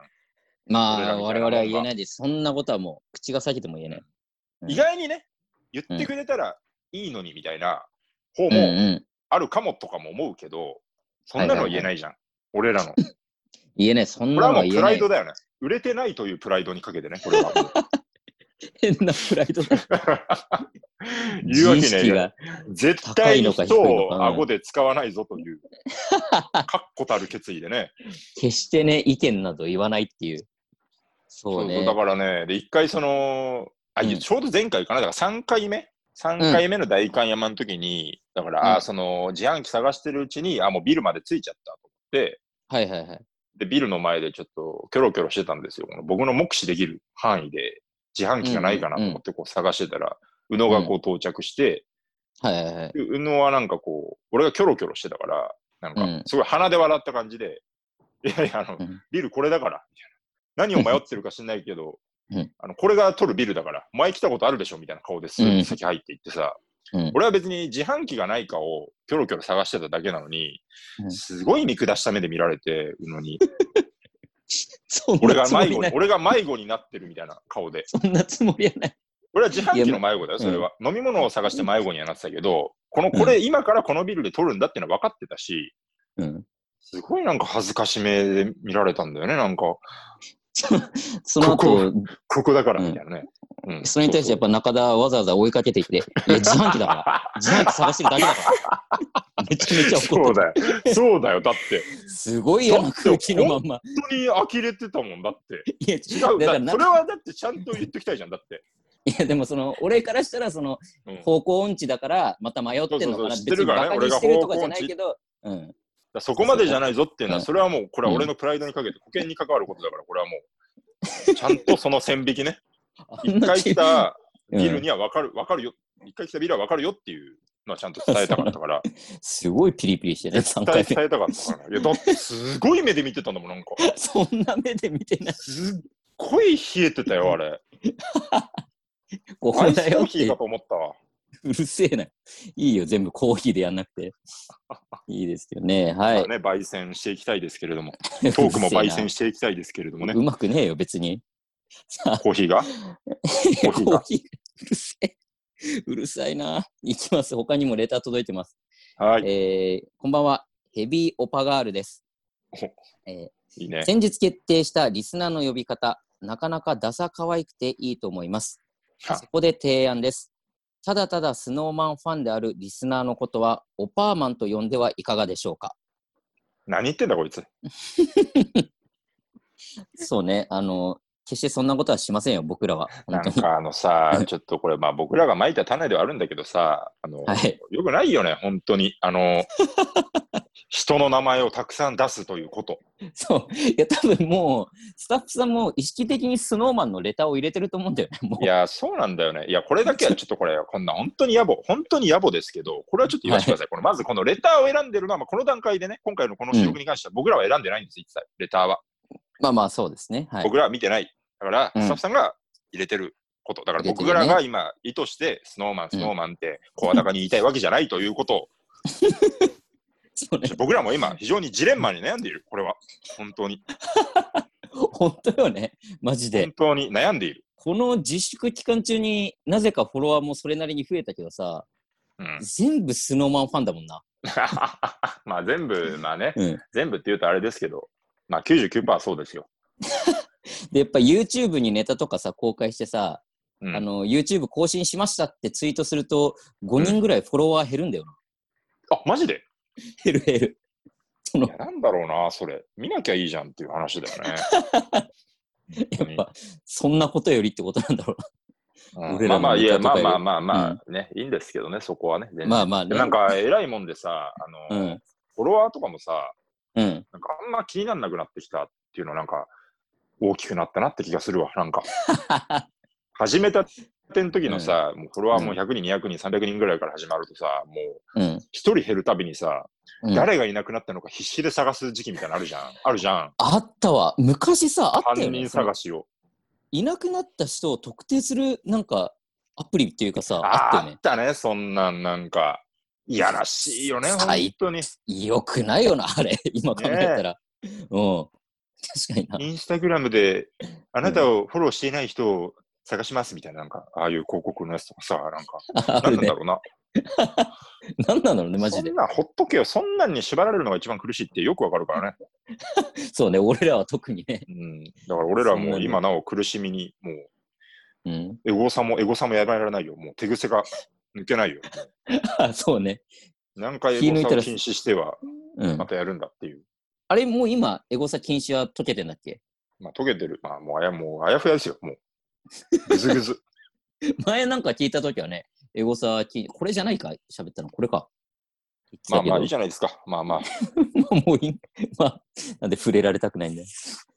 [SPEAKER 2] まあ、
[SPEAKER 3] 僕らみ
[SPEAKER 2] 我
[SPEAKER 3] たいなもんが
[SPEAKER 2] 々は言えないです。そんなことはもう、口が裂けても言えない。うん
[SPEAKER 3] 意外にね、言ってくれたらいいのにみたいな方
[SPEAKER 2] うん
[SPEAKER 3] も
[SPEAKER 2] うん。
[SPEAKER 3] あるかもとかも思うけど、そんなのは言えないじゃん。俺らの。こ
[SPEAKER 2] 言えない。そん
[SPEAKER 3] れ
[SPEAKER 2] な
[SPEAKER 3] は
[SPEAKER 2] の
[SPEAKER 3] も
[SPEAKER 2] は
[SPEAKER 3] う
[SPEAKER 2] 言え
[SPEAKER 3] プラ
[SPEAKER 2] な
[SPEAKER 3] イ
[SPEAKER 2] い
[SPEAKER 3] ド。だよね。売れてないというプライドにかけてね、これは。
[SPEAKER 2] 変なプライドだ。
[SPEAKER 3] 言うわけ
[SPEAKER 2] 自意
[SPEAKER 3] ない
[SPEAKER 2] 識
[SPEAKER 3] よね。
[SPEAKER 2] が。
[SPEAKER 3] 絶
[SPEAKER 2] 高い
[SPEAKER 3] 対に
[SPEAKER 2] のか
[SPEAKER 3] 人
[SPEAKER 2] 低いのかう
[SPEAKER 3] を
[SPEAKER 2] ん
[SPEAKER 3] 顎で使わないぞ という、確固たる決意でね。
[SPEAKER 2] 決してね、意見など言わないっていう。そう
[SPEAKER 3] そうそう
[SPEAKER 2] ね。
[SPEAKER 3] だからね、で、一回その、あ、いや
[SPEAKER 2] うん
[SPEAKER 3] ちょうど前回かな、だから3回目 ?3 回目の大観山の時に、だから、
[SPEAKER 2] うん
[SPEAKER 3] あその、自販機探してるうちに、あ、もうビルまで着いちゃったと思って、
[SPEAKER 2] はいはいはい。
[SPEAKER 3] で、ビルの前でちょっと、キョロキョロしてたんですよ。この僕の目視できる範囲で、自販機がないかなと思って、こう探してたら、宇野がこう到着して、
[SPEAKER 2] はいはいはい。
[SPEAKER 3] で宇野はなんかこう、俺がキョロキョロしてたから、なん
[SPEAKER 2] う
[SPEAKER 3] か
[SPEAKER 2] ん、
[SPEAKER 3] すごい鼻で笑った感じで、いやいや、あの、
[SPEAKER 2] うん
[SPEAKER 3] ビルこれだから、みたいな。何を迷ってるか知んないけど
[SPEAKER 2] うん、
[SPEAKER 3] あの、これが取るビルだから、前来たことあるでしょみたいな顔です
[SPEAKER 2] うん
[SPEAKER 3] 先入っていってさ、
[SPEAKER 2] うん
[SPEAKER 3] 俺は別に自販機がないかをキョロキョロ探してただけなのに
[SPEAKER 2] う、ん
[SPEAKER 3] すごい見下した目で見られて、宇野 に。
[SPEAKER 2] そん
[SPEAKER 3] 俺が
[SPEAKER 2] なつも
[SPEAKER 3] 迷
[SPEAKER 2] り
[SPEAKER 3] 子
[SPEAKER 2] な
[SPEAKER 3] に
[SPEAKER 2] い、。
[SPEAKER 3] 俺が迷子になってるみたいな顔で。
[SPEAKER 2] そんなつもりはない。
[SPEAKER 3] 俺は自販機の迷子
[SPEAKER 2] い
[SPEAKER 3] だよ、
[SPEAKER 2] や
[SPEAKER 3] それは。飲み物を探して迷子にはなってたけど、この、これ、今からこのビルで取るんだってのは分かってたし、
[SPEAKER 2] うん。
[SPEAKER 3] すごいなんか恥ずかしめで見られたんだよね、なんか、
[SPEAKER 2] その後、
[SPEAKER 3] ここだからみたいなね。うん
[SPEAKER 2] それに対してやっぱ中田はわざわざ追いかけてきて、いや、自販機だから。 自販機探してるだけだから。めちゃめちゃ
[SPEAKER 3] そ
[SPEAKER 2] 怒
[SPEAKER 3] う
[SPEAKER 2] って
[SPEAKER 3] だよ。そうだよ。だって、
[SPEAKER 2] た。すごいよ
[SPEAKER 3] だ
[SPEAKER 2] な、
[SPEAKER 3] って
[SPEAKER 2] 空気のまんま。
[SPEAKER 3] 本当に呆れてたもんだって。
[SPEAKER 2] いや、
[SPEAKER 3] 違う。
[SPEAKER 2] だ
[SPEAKER 3] だ
[SPEAKER 2] からな
[SPEAKER 3] それはだってちゃんと言っときたいじゃん。だって。
[SPEAKER 2] いや、でもその、俺からしたら、その、
[SPEAKER 3] うん、だか
[SPEAKER 2] 方向音痴だから、また迷ってんのか
[SPEAKER 3] そうそう
[SPEAKER 2] な。
[SPEAKER 3] そう知って
[SPEAKER 2] 別に
[SPEAKER 3] るからね
[SPEAKER 2] バカにしてるとかじゃないけど、うん。
[SPEAKER 3] らそこまでじゃないぞっていうのは、
[SPEAKER 2] うん
[SPEAKER 3] それはもう、これは俺のプライドにかけて、保険に関わることだから、これはもう、ちゃんとその線引 きね。
[SPEAKER 2] あん
[SPEAKER 3] 一
[SPEAKER 2] な
[SPEAKER 3] 回来たビル
[SPEAKER 2] うん
[SPEAKER 3] には分かる、分かるよ。一回来たビルは分かるよっていうのはちゃんと伝えたかったから、
[SPEAKER 2] す ごいピリピリしてね、3
[SPEAKER 3] 伝
[SPEAKER 2] 回
[SPEAKER 3] え伝えたかったからな。いや、だってすごい目で見てたんだもん、なんか。
[SPEAKER 2] 目。そんな目で見てない。
[SPEAKER 3] すっごい冷えてたよ、あれ。
[SPEAKER 2] こ
[SPEAKER 3] ア
[SPEAKER 2] こ
[SPEAKER 3] イス
[SPEAKER 2] だ
[SPEAKER 3] コ
[SPEAKER 2] よ
[SPEAKER 3] ー
[SPEAKER 2] っ
[SPEAKER 3] ヒー
[SPEAKER 2] て
[SPEAKER 3] か。と思ったわ。
[SPEAKER 2] うるせえな。いいよ、全部コーヒーでやんなく て。いいですよね。はい。
[SPEAKER 3] ね、焙煎していきたいですけれ ども、
[SPEAKER 2] ト
[SPEAKER 3] トークも焙煎していきたいですけれ どもね
[SPEAKER 2] う、まくねえよ、別に。
[SPEAKER 3] コーヒーが。
[SPEAKER 2] コ
[SPEAKER 3] ーヒーが
[SPEAKER 2] ーヒーうるせえ。うるさいな。いきます。他にもレター届いてます。
[SPEAKER 3] はい、
[SPEAKER 2] えーこんばんは。ヘビーオパガールです。
[SPEAKER 3] いいね。
[SPEAKER 2] 先日決定したリスナーの呼び方、なかなかダサ可愛くていいと思います。
[SPEAKER 3] あ
[SPEAKER 2] そこで提案です。ただただスノーマンファンであるリスナーのことは、オパーマンと呼んではいかがでしょうか
[SPEAKER 3] 何言ってんだ、こいつ。
[SPEAKER 2] そうね、あの、決してそんなことはしませんよ、僕らは。
[SPEAKER 3] な
[SPEAKER 2] 本当
[SPEAKER 3] ん
[SPEAKER 2] に。
[SPEAKER 3] かあのさ、ちょっとこれ、まあ僕らが撒いた種ではあるんだけどさ、あの、
[SPEAKER 2] はい。
[SPEAKER 3] よくないよね、本当に。あの、人の名前をたくさん出すということ。
[SPEAKER 2] そう。いや、多分もう、スタッフさんも意識的にスノーマンのレターを入れてると思うんだよね、もう。
[SPEAKER 3] いや、そうなんだよね。いや、これだけはちょっとこれ、こんな本当に野暮、本当に野暮ですけど、これはちょっと言わせてください。このまずこのレターを選んでるのは、まあ、この段階でね、今回のこの収録に関しては僕らは選んでないんです、一切、レターは。
[SPEAKER 2] まあまあ、そうですね。はい。
[SPEAKER 3] 僕らは見てない。だから、
[SPEAKER 2] うん
[SPEAKER 3] スタッフさんが入れてること。だから
[SPEAKER 2] 入れて
[SPEAKER 3] 僕
[SPEAKER 2] るよね
[SPEAKER 3] らが今、意図して、スノーマン、スノーマンって、声高に言いたいわけじゃないということを、
[SPEAKER 2] それ、
[SPEAKER 3] 僕らも今、非常にジレンマに悩んでいる。これは、本当に。
[SPEAKER 2] 本当よね。マジで
[SPEAKER 3] 本。当に悩んでいる。
[SPEAKER 2] この自粛期間中になぜかフォロワーもそれなりに増えたけどさ、
[SPEAKER 3] うん、
[SPEAKER 2] 全部スノーマンファンだもんな。
[SPEAKER 3] まあ全部、まあね、
[SPEAKER 2] うん
[SPEAKER 3] 全部って言うとあれですけど、まあ99%そうですよ。
[SPEAKER 2] で、やっぱ YouTube にネタとかさ、公開してさ、
[SPEAKER 3] うん
[SPEAKER 2] あの、YouTube 更新しましたってツイートすると、5人ぐらいフォロワー減るんだよな。
[SPEAKER 3] あ、マジで
[SPEAKER 2] 減る減る。そ
[SPEAKER 3] い
[SPEAKER 2] の
[SPEAKER 3] や、、なんだろうな、それ。見なきゃいいじゃんっていう話だ よね。
[SPEAKER 2] やっぱ、そんなことよりってことなんだろう
[SPEAKER 3] うん
[SPEAKER 2] 俺
[SPEAKER 3] まあ
[SPEAKER 2] ら
[SPEAKER 3] まあ、
[SPEAKER 2] の
[SPEAKER 3] い
[SPEAKER 2] ネタ
[SPEAKER 3] や、
[SPEAKER 2] とか
[SPEAKER 3] まあ
[SPEAKER 2] より
[SPEAKER 3] まあまあまあ、ね、いいんですけどね、そこはね。
[SPEAKER 2] な。
[SPEAKER 3] 全然
[SPEAKER 2] まあまあね。
[SPEAKER 3] でもなんか、偉いもんでさ、あ
[SPEAKER 2] う
[SPEAKER 3] の、
[SPEAKER 2] ん。
[SPEAKER 3] フォロワーとかもさ、
[SPEAKER 2] うん。
[SPEAKER 3] なんかあんま気にならなくなってきたっていうのは、なんか、大きくなったなって気がするわ、なんか。始めたての時のさ、もうフォロワーも100人、200人、300人ぐらいから始まるとさ、もう、
[SPEAKER 2] うん。
[SPEAKER 3] 一人減るたびにさ、
[SPEAKER 2] うん
[SPEAKER 3] 誰がいなくなったのか必死で探す時期みたいなのあるじゃん。あるじゃん。
[SPEAKER 2] あったわ。昔さ、あったよ
[SPEAKER 3] 犯
[SPEAKER 2] ね
[SPEAKER 3] 人。探しを。
[SPEAKER 2] いなくなった人を特定する、なんか、アプリっていうかさ、あったよ
[SPEAKER 3] ああ
[SPEAKER 2] ね
[SPEAKER 3] っ。たね、そんなんなんか。いやらしいよね、本
[SPEAKER 2] 最
[SPEAKER 3] 当に。
[SPEAKER 2] よくないよな、あれ。今考えたら。うん。確かにな。
[SPEAKER 3] インスタグラムで、あなたをフォローしていない人を探しますみたいな、なんか、ああいう広告のやつとかさ、なん か、
[SPEAKER 2] あ
[SPEAKER 3] なん
[SPEAKER 2] る
[SPEAKER 3] なんだ
[SPEAKER 2] ね。
[SPEAKER 3] ろうな。
[SPEAKER 2] なんなんだろうね、マ
[SPEAKER 3] そ
[SPEAKER 2] ジで
[SPEAKER 3] ん。なんほっとけよ、そんなんに縛られるのが一番苦しいってよくわかるからね。
[SPEAKER 2] そうね、俺らは特にね。
[SPEAKER 3] うん。だから俺ら
[SPEAKER 2] そんな
[SPEAKER 3] も
[SPEAKER 2] に
[SPEAKER 3] 今なお苦しみに、もう、
[SPEAKER 2] うん。
[SPEAKER 3] エゴさもエゴさもやめられないよ。もう手癖が抜けないよ。
[SPEAKER 2] あ そうね。
[SPEAKER 3] 何回
[SPEAKER 2] 気
[SPEAKER 3] エ
[SPEAKER 2] 抜
[SPEAKER 3] ゴ
[SPEAKER 2] い
[SPEAKER 3] サ
[SPEAKER 2] た
[SPEAKER 3] を
[SPEAKER 2] ら
[SPEAKER 3] 禁止しては、
[SPEAKER 2] うん
[SPEAKER 3] ま。たやるんだっていう。
[SPEAKER 2] あれ、もう今、エゴサ禁止は解けてんだっけ
[SPEAKER 3] まあ、溶けてる。まあ、もうあや、もうあやふやですよ、もう。ぐずぐず。
[SPEAKER 2] 前なんか聞いたときはね、エゴサ禁これじゃないか喋ったの、これか。言って
[SPEAKER 3] まあ
[SPEAKER 2] たけど
[SPEAKER 3] まあ、いいじゃないですか。まあまあ。
[SPEAKER 2] まあもういい。 まあ、なんで触れられたくないんだよ。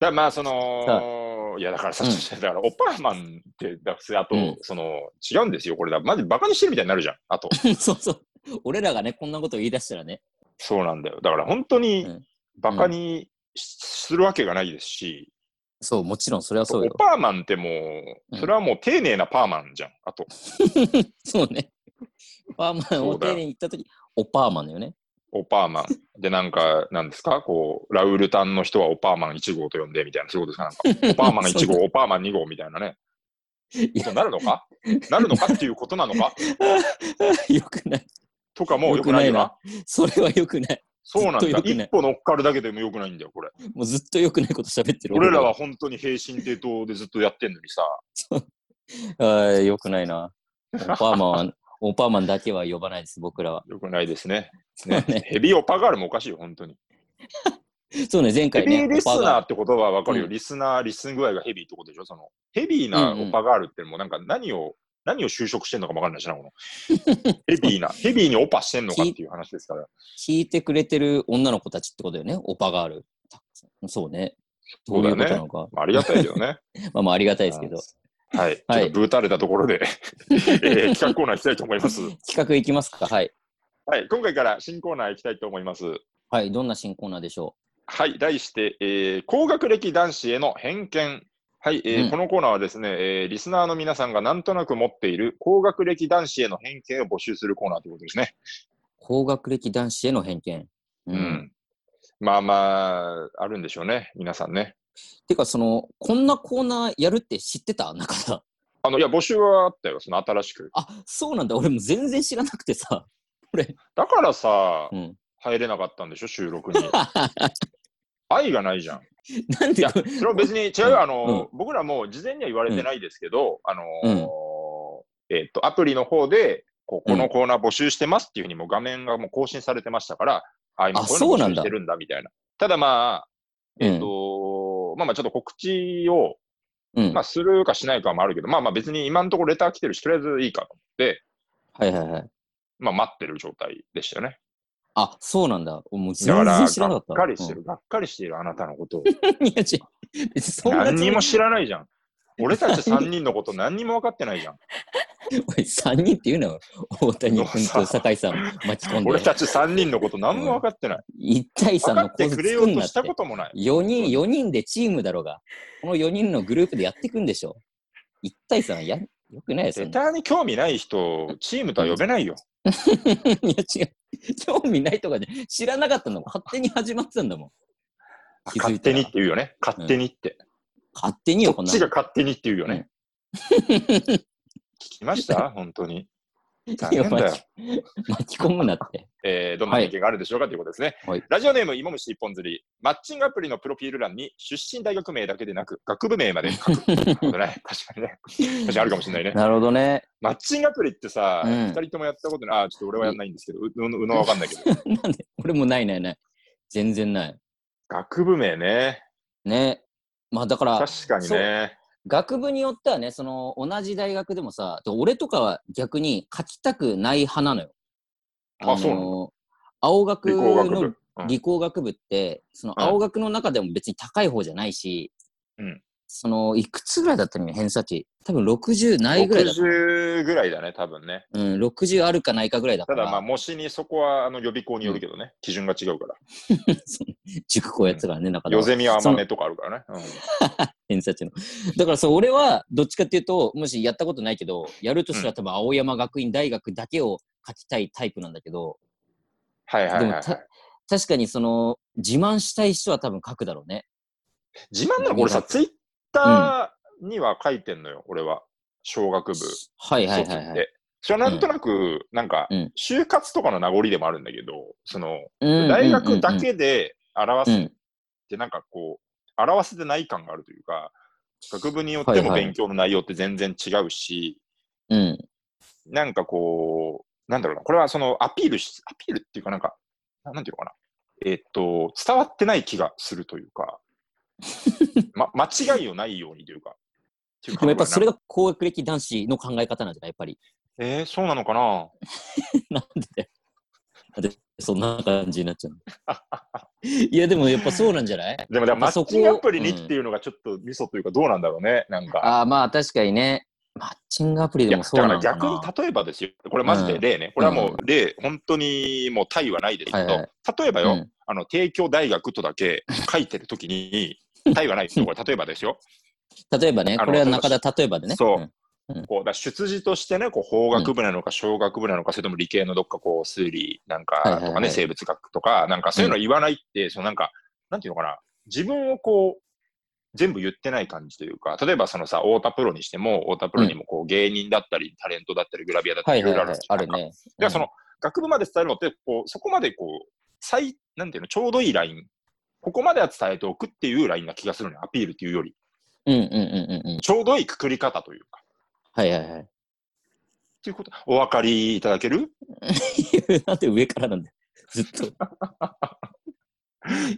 [SPEAKER 3] だまあ、その、いや、だからさ、
[SPEAKER 2] うん
[SPEAKER 3] だから、オッパーマンって、だあと、
[SPEAKER 2] うん
[SPEAKER 3] その、違うんですよ、これだ。マジバカにしてるみたいになるじゃん、あ と。
[SPEAKER 2] そうそう。俺らがね、こんなこと言い出したらね。
[SPEAKER 3] そうなんだよ。だから、本当
[SPEAKER 2] う
[SPEAKER 3] に
[SPEAKER 2] ん、
[SPEAKER 3] バカにしするわけがないですし、
[SPEAKER 2] そう、もちろん、それは
[SPEAKER 3] オ
[SPEAKER 2] そう
[SPEAKER 3] ッ
[SPEAKER 2] よ。
[SPEAKER 3] パーマンってもう、
[SPEAKER 2] うん
[SPEAKER 3] それはもう丁寧なパーマンじゃん、あと。
[SPEAKER 2] そうね。パーマンを丁寧に言ったとき、おパーマンだよね。
[SPEAKER 3] オッパーマン。で、なんか、なんですか、こう、ラウルタンの人はオッパーマン1号と呼んで、みたいな、そういうことですか、 なんか。オッパーマン1号、オッパーマン2号みたいなね。
[SPEAKER 2] い
[SPEAKER 3] ことになるのかなるのかっていうことなのか
[SPEAKER 2] や、よくない。
[SPEAKER 3] とかもよくないよな。
[SPEAKER 2] よそれはよくない。
[SPEAKER 3] そうなんだ
[SPEAKER 2] ずっと良
[SPEAKER 3] よ。
[SPEAKER 2] くない
[SPEAKER 3] 一歩乗っかるだけでもよくないんだよ、これ。
[SPEAKER 2] もうずっとよくないこと喋ってる。
[SPEAKER 3] 俺らは本当に平身低頭でずっとやってんのにさ。
[SPEAKER 2] は。よくないな。オパーマ ン、オパーマンだけは呼ばないです、僕らは。
[SPEAKER 3] よくないで すね。
[SPEAKER 2] そうね
[SPEAKER 3] ヘビーオパガールもおかしいよ、本当に。
[SPEAKER 2] そうね、前
[SPEAKER 3] ヘ
[SPEAKER 2] 回
[SPEAKER 3] ビ
[SPEAKER 2] ね。
[SPEAKER 3] ーリス
[SPEAKER 2] オパー
[SPEAKER 3] ナー
[SPEAKER 2] が
[SPEAKER 3] ってことはわかるよ。
[SPEAKER 2] うん
[SPEAKER 3] リスナー、リスン具合がヘビーってことでしょ。そのヘビーなオパガールってもうなんか何を、何を就職してんのかもわかんないしな、この。 ヘビーな、ヘビーにオパしてんのかっていう話ですから。
[SPEAKER 2] 聞いてくれてる女の子たちってことだよね、オパガール。そうね。どういうことなのか。
[SPEAKER 3] まあ、ありがたいけどね。
[SPEAKER 2] まあまあありがたいですけど。
[SPEAKER 3] はい。
[SPEAKER 2] はい
[SPEAKER 3] ちょっとブータれたとこ ろで、えー企画コーナー行きたいと思います。
[SPEAKER 2] 企画いきますかはい。
[SPEAKER 3] はい。今回から新コーナー行きたいと思います。
[SPEAKER 2] はい。どんな新コーナーでしょ
[SPEAKER 3] はい。題して、えー高学歴男子への偏見。はい、えー
[SPEAKER 2] うん
[SPEAKER 3] このコーナーはですね、えーリスナーの皆さんがなんとなく持っている高学歴男子への偏見を募集するコーナーということですね。
[SPEAKER 2] う高学歴男子への偏見。う
[SPEAKER 3] うん。。まあまあ、あるんでしょうね、皆さんね。
[SPEAKER 2] てか、その、こんなコーナーやるって知ってた中田。
[SPEAKER 3] あの、いや、募集はあったよ、その新しく。
[SPEAKER 2] あ、そうなんだ。俺も全然知らなくてさ。
[SPEAKER 3] だからさ、
[SPEAKER 2] うん。
[SPEAKER 3] 入れなかったんでしょ、収録 に。愛がないじゃん。
[SPEAKER 2] なん
[SPEAKER 3] い
[SPEAKER 2] で
[SPEAKER 3] や、それは別に違うよ、あの、僕らも事前には言われてないですけど、あのーえっと、アプリの方で、こう
[SPEAKER 2] う
[SPEAKER 3] こ
[SPEAKER 2] ん
[SPEAKER 3] のコーナー募集してますっていうふうにもう画面がもう更新されてましたから、あ、今
[SPEAKER 2] あ
[SPEAKER 3] こういうの
[SPEAKER 2] そうなん
[SPEAKER 3] 募集
[SPEAKER 2] だ
[SPEAKER 3] してるんだみたいな。ただまあ、えっ、
[SPEAKER 2] うん
[SPEAKER 3] と、まあまあちょっと告知を、
[SPEAKER 2] うん。
[SPEAKER 3] まあするかしないかもあるけど、まあまあ別に今のところレター来てるし、とりあえずいいかと思って、
[SPEAKER 2] はいはいはい。
[SPEAKER 3] まあ待ってる状態でしたよね。
[SPEAKER 2] あ、そうなんだ。もう全
[SPEAKER 3] だから、
[SPEAKER 2] 然知らな
[SPEAKER 3] が
[SPEAKER 2] か
[SPEAKER 3] っ
[SPEAKER 2] った。
[SPEAKER 3] かりしてる、がっかりしているあなたのことを。
[SPEAKER 2] うん。いや、ち別に そんな
[SPEAKER 3] 何に も
[SPEAKER 2] つ
[SPEAKER 3] 知らないじゃん。俺たち3人のこと何にも分かってないじゃん。
[SPEAKER 2] もりおい、3人っていうのは、大谷君と酒井さん巻き込ん
[SPEAKER 3] 俺
[SPEAKER 2] で、
[SPEAKER 3] たち3人のこと何も分かってない。
[SPEAKER 2] 1対3
[SPEAKER 3] 分か
[SPEAKER 2] の
[SPEAKER 3] っ
[SPEAKER 2] 構
[SPEAKER 3] て
[SPEAKER 2] 図
[SPEAKER 3] くれ
[SPEAKER 2] 作
[SPEAKER 3] ようんと
[SPEAKER 2] なっ
[SPEAKER 3] してた。こともない。
[SPEAKER 2] 4人、四人でチームだろうが、この4人のグループでやってくんでしょ。1対3や、よくないです
[SPEAKER 3] レ
[SPEAKER 2] よね。
[SPEAKER 3] ターに興味ない人、チームとは呼べないよ。
[SPEAKER 2] いや、違う。興味ないとかで、知らなかったんだもん。勝手に始まってたんだもん。気づ
[SPEAKER 3] 勝
[SPEAKER 2] いた
[SPEAKER 3] 手
[SPEAKER 2] ら
[SPEAKER 3] にって言うよね。勝手にって。
[SPEAKER 2] 勝手によ、こ
[SPEAKER 3] こ
[SPEAKER 2] ん
[SPEAKER 3] っ
[SPEAKER 2] な
[SPEAKER 3] ち
[SPEAKER 2] の。
[SPEAKER 3] が勝手にって言うよね。聞き ました本当に。大変だよ。
[SPEAKER 2] 巻き込むなって。
[SPEAKER 3] えーどんな意見があるでしょうかということですね。
[SPEAKER 2] はい
[SPEAKER 3] ラジオネーム、芋虫一本釣り。マッチングアプリのプロフィール欄に出身大学名だけでなく、学部名まで書 く。なるほどね。確かにね。確かにあるかもしれないね。
[SPEAKER 2] なるほどね。
[SPEAKER 3] マッチングアプリってさ、
[SPEAKER 2] う
[SPEAKER 3] 二、
[SPEAKER 2] ん
[SPEAKER 3] 人ともやったことない。あ、ちょっと俺はやんないんですけど、うううのはわか んないけど。
[SPEAKER 2] なんで俺もないないない。全然ない。
[SPEAKER 3] 学部名ね。
[SPEAKER 2] ね。まあだから、
[SPEAKER 3] 確かにね。
[SPEAKER 2] 学部によってはね、その同じ大学でもさ、で俺とかは逆に書きたくない派なのよ。
[SPEAKER 3] あそうな
[SPEAKER 2] の青学
[SPEAKER 3] 理工学
[SPEAKER 2] の
[SPEAKER 3] 部。うん
[SPEAKER 2] 理工学部って、その
[SPEAKER 3] うん
[SPEAKER 2] 青学の中でも別に高い方じゃないし、
[SPEAKER 3] うん
[SPEAKER 2] そのいくつぐらいだったのよ、偏差値。多分60ないぐらいだった。
[SPEAKER 3] 60ぐらいだね、多分ね。
[SPEAKER 2] うん、60あるかないかぐらいだか
[SPEAKER 3] た
[SPEAKER 2] ら、
[SPEAKER 3] だまあ、模試にそこはあの予備校によるけどね、基準が違うから。
[SPEAKER 2] その塾校やってたからね、中で
[SPEAKER 3] ヨ
[SPEAKER 2] は
[SPEAKER 3] ゼミは甘めとかあるからね。うん
[SPEAKER 2] 偏差値の。 だからそう、俺はどっちかっていうと、もしやったことないけど、やるとしたら多分青山学院大学だけを書きたいタイプなんだけど、
[SPEAKER 3] はいはいはい、
[SPEAKER 2] で
[SPEAKER 3] は
[SPEAKER 2] も
[SPEAKER 3] い。
[SPEAKER 2] た確かにその、自慢したい人は多分書くだろうね。
[SPEAKER 3] 自慢なの俺さ、ツイッターには書いてんのよ、俺は。小学部。
[SPEAKER 2] はいはいはい
[SPEAKER 3] 卒
[SPEAKER 2] は
[SPEAKER 3] っ
[SPEAKER 2] い。
[SPEAKER 3] てそれはなんとなく、なんか
[SPEAKER 2] うん、
[SPEAKER 3] 就活とかの名残でもあるんだけど、その、
[SPEAKER 2] うん
[SPEAKER 3] 大学だ
[SPEAKER 2] うん
[SPEAKER 3] けで表
[SPEAKER 2] うんう
[SPEAKER 3] すっ
[SPEAKER 2] ん
[SPEAKER 3] て、なんかこう、表せてない感があるというか、学部によっても
[SPEAKER 2] はいはい
[SPEAKER 3] 勉強の内容って全然違うし、
[SPEAKER 2] うんうん
[SPEAKER 3] なんかこう、なんだろうな、これはそのアピールし、アピールっていうかなんか、ななんていうのかな、えーっと、伝わってない気がするという か、ま、間違いをないようにというか。っていう
[SPEAKER 2] でもやっぱそれ
[SPEAKER 3] が。
[SPEAKER 2] が高学歴男子の考え方なんじゃないやっぱり。
[SPEAKER 3] えー、そうなのかな
[SPEAKER 2] なんでだよ。なんでそんな感じになっちゃうの いやでもやっぱそうなんじゃない
[SPEAKER 3] でも、だからマ
[SPEAKER 2] まあそ
[SPEAKER 3] ッ
[SPEAKER 2] こ
[SPEAKER 3] チングアプリに
[SPEAKER 2] うん
[SPEAKER 3] っていうのがちょっとミソというか、どうなんだろうね、なんか。
[SPEAKER 2] ああまあ確かにね。マッチングアプリ
[SPEAKER 3] い
[SPEAKER 2] で
[SPEAKER 3] や
[SPEAKER 2] も
[SPEAKER 3] だ
[SPEAKER 2] そう
[SPEAKER 3] か
[SPEAKER 2] な
[SPEAKER 3] ら
[SPEAKER 2] のかな
[SPEAKER 3] 逆に例えばですよ、これマジで例ね、これはもう例、本当にもう対はないですけど、
[SPEAKER 2] はいはい
[SPEAKER 3] 例えばよ、
[SPEAKER 2] うん
[SPEAKER 3] あの帝京大学とだけ書いてるときに、 対はないですよ、これ例えばですよ、
[SPEAKER 2] 例えばね、
[SPEAKER 3] あの
[SPEAKER 2] これは中田例えばでね。
[SPEAKER 3] そうんこうだ出自としてね、こう法学部なのか、小学部なのか、それとも理系のどっかこう数理なんかとかね、
[SPEAKER 2] はいはいはい
[SPEAKER 3] 生物学とか、なんかそういうの言わないって、そのなんか、なんていうのかな、自分をこう、全部言ってない感じというか、例えばそのさ、太田プロにしても、太田プロにもこう芸人だったり、タレントだったり、グラビアだった
[SPEAKER 2] は
[SPEAKER 3] り、
[SPEAKER 2] い
[SPEAKER 3] い
[SPEAKER 2] は
[SPEAKER 3] ろ
[SPEAKER 2] い
[SPEAKER 3] いろある
[SPEAKER 2] は
[SPEAKER 3] ん
[SPEAKER 2] い
[SPEAKER 3] です。
[SPEAKER 2] あるね。
[SPEAKER 3] よだからその、学部まで伝えるのってこう、そこまでこう、最、なんていうの、ちょうどいいライン。ここまでは伝えておくっていうラインな気がするのよアピールっていうより。
[SPEAKER 2] うんうんうんうんうん。
[SPEAKER 3] ちょうどいいくくり方というか。
[SPEAKER 2] はいはいはい。
[SPEAKER 3] っていうこと、お分かりいただける
[SPEAKER 2] なんで上からなんだよずっ と。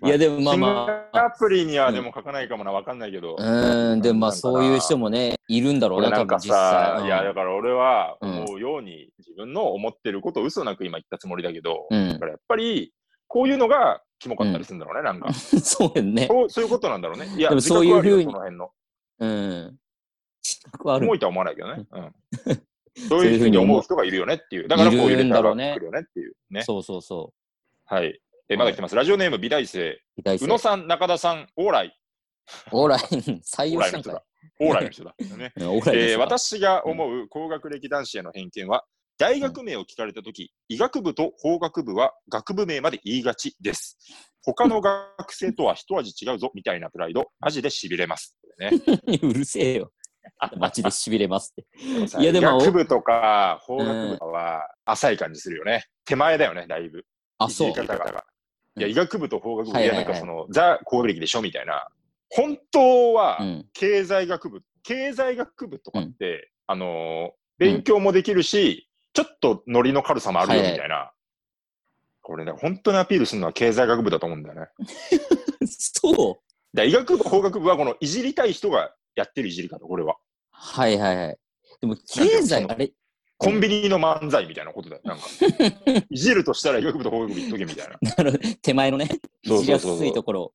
[SPEAKER 2] いやでもまあま
[SPEAKER 3] シンガーアプリに
[SPEAKER 2] う
[SPEAKER 3] は
[SPEAKER 2] ん
[SPEAKER 3] でも書かないかもな、わかんないけど。
[SPEAKER 2] あ。うーん、でもまあそういう人もね、いるんだろう
[SPEAKER 3] 俺
[SPEAKER 2] な、多
[SPEAKER 3] なん
[SPEAKER 2] 分
[SPEAKER 3] か
[SPEAKER 2] 実際。
[SPEAKER 3] さ
[SPEAKER 2] う、ん
[SPEAKER 3] いやだから俺は思うように自分の思ってることを嘘なく今言ったつもりだけど、
[SPEAKER 2] うん
[SPEAKER 3] だからやっぱりこういうのがキモかったりするんだろうね、なんか。
[SPEAKER 2] そうやんね。
[SPEAKER 3] そうそういうことなんだろうね。いや、
[SPEAKER 2] でも
[SPEAKER 3] 自覚
[SPEAKER 2] そういう
[SPEAKER 3] はあるよ
[SPEAKER 2] ふうに
[SPEAKER 3] その辺の。
[SPEAKER 2] うん。自覚はある
[SPEAKER 3] 重いとは思わないけどね。 うん。そういうふうに思う人がいるよねっていう。だからこう
[SPEAKER 2] い
[SPEAKER 3] いう
[SPEAKER 2] る
[SPEAKER 3] レ
[SPEAKER 2] ん
[SPEAKER 3] タ
[SPEAKER 2] だ
[SPEAKER 3] ー
[SPEAKER 2] ろ
[SPEAKER 3] が
[SPEAKER 2] うね
[SPEAKER 3] 来るよねっていうね。
[SPEAKER 2] そうそうそ
[SPEAKER 3] はい。え、まだ来てます。ラジオネーム、美大生。
[SPEAKER 2] う。大
[SPEAKER 3] 宇野さん、中田さん、オーライ。
[SPEAKER 2] オーライ、採
[SPEAKER 3] オー
[SPEAKER 2] 用
[SPEAKER 3] ライ
[SPEAKER 2] し
[SPEAKER 3] の
[SPEAKER 2] なき
[SPEAKER 3] 人
[SPEAKER 2] ゃ
[SPEAKER 3] だ。。オーライの人だ。ね。
[SPEAKER 2] うんオーライで
[SPEAKER 3] え
[SPEAKER 2] す
[SPEAKER 3] ー
[SPEAKER 2] わ
[SPEAKER 3] 私が思う高学歴男子への偏見は、大学名を聞かれたとき、医学部と法学部は学部名まで言いがちです。他の学生とは一味違うぞみたいなプライド、マジでしびれます。ね、
[SPEAKER 2] うるせえよ。マジでしびれます って。 いやで
[SPEAKER 3] 医
[SPEAKER 2] も
[SPEAKER 3] 学部とか法学部とかは浅い感じするよね。手前だよね、だいぶ。
[SPEAKER 2] あ、そう
[SPEAKER 3] いじ。り方が
[SPEAKER 2] うん
[SPEAKER 3] いや、医学部と法学部、
[SPEAKER 2] はいい
[SPEAKER 3] や、
[SPEAKER 2] はいは
[SPEAKER 3] ないんかその、ザ・高学歴でしょみたいな。本当は、
[SPEAKER 2] うん。
[SPEAKER 3] 経済学部、経済学部とかって、あのー勉強もできるし、ちょっとノリの軽さもあるよみたいな。これね、本当にアピールするのは経済学部だと思うんだよね。
[SPEAKER 2] そう。
[SPEAKER 3] で医学部、法学部はこのいじりたい人がやってるいじり方、これは。
[SPEAKER 2] はいはいはい。でも経済、あれ、
[SPEAKER 3] コンビニの漫才みたいなことだよ。な んか、いじるとしたら医学部と法学部言っとけみたいな。
[SPEAKER 2] あの手前のね、 い
[SPEAKER 3] そう
[SPEAKER 2] じり
[SPEAKER 3] そう
[SPEAKER 2] や
[SPEAKER 3] そう
[SPEAKER 2] すいところ。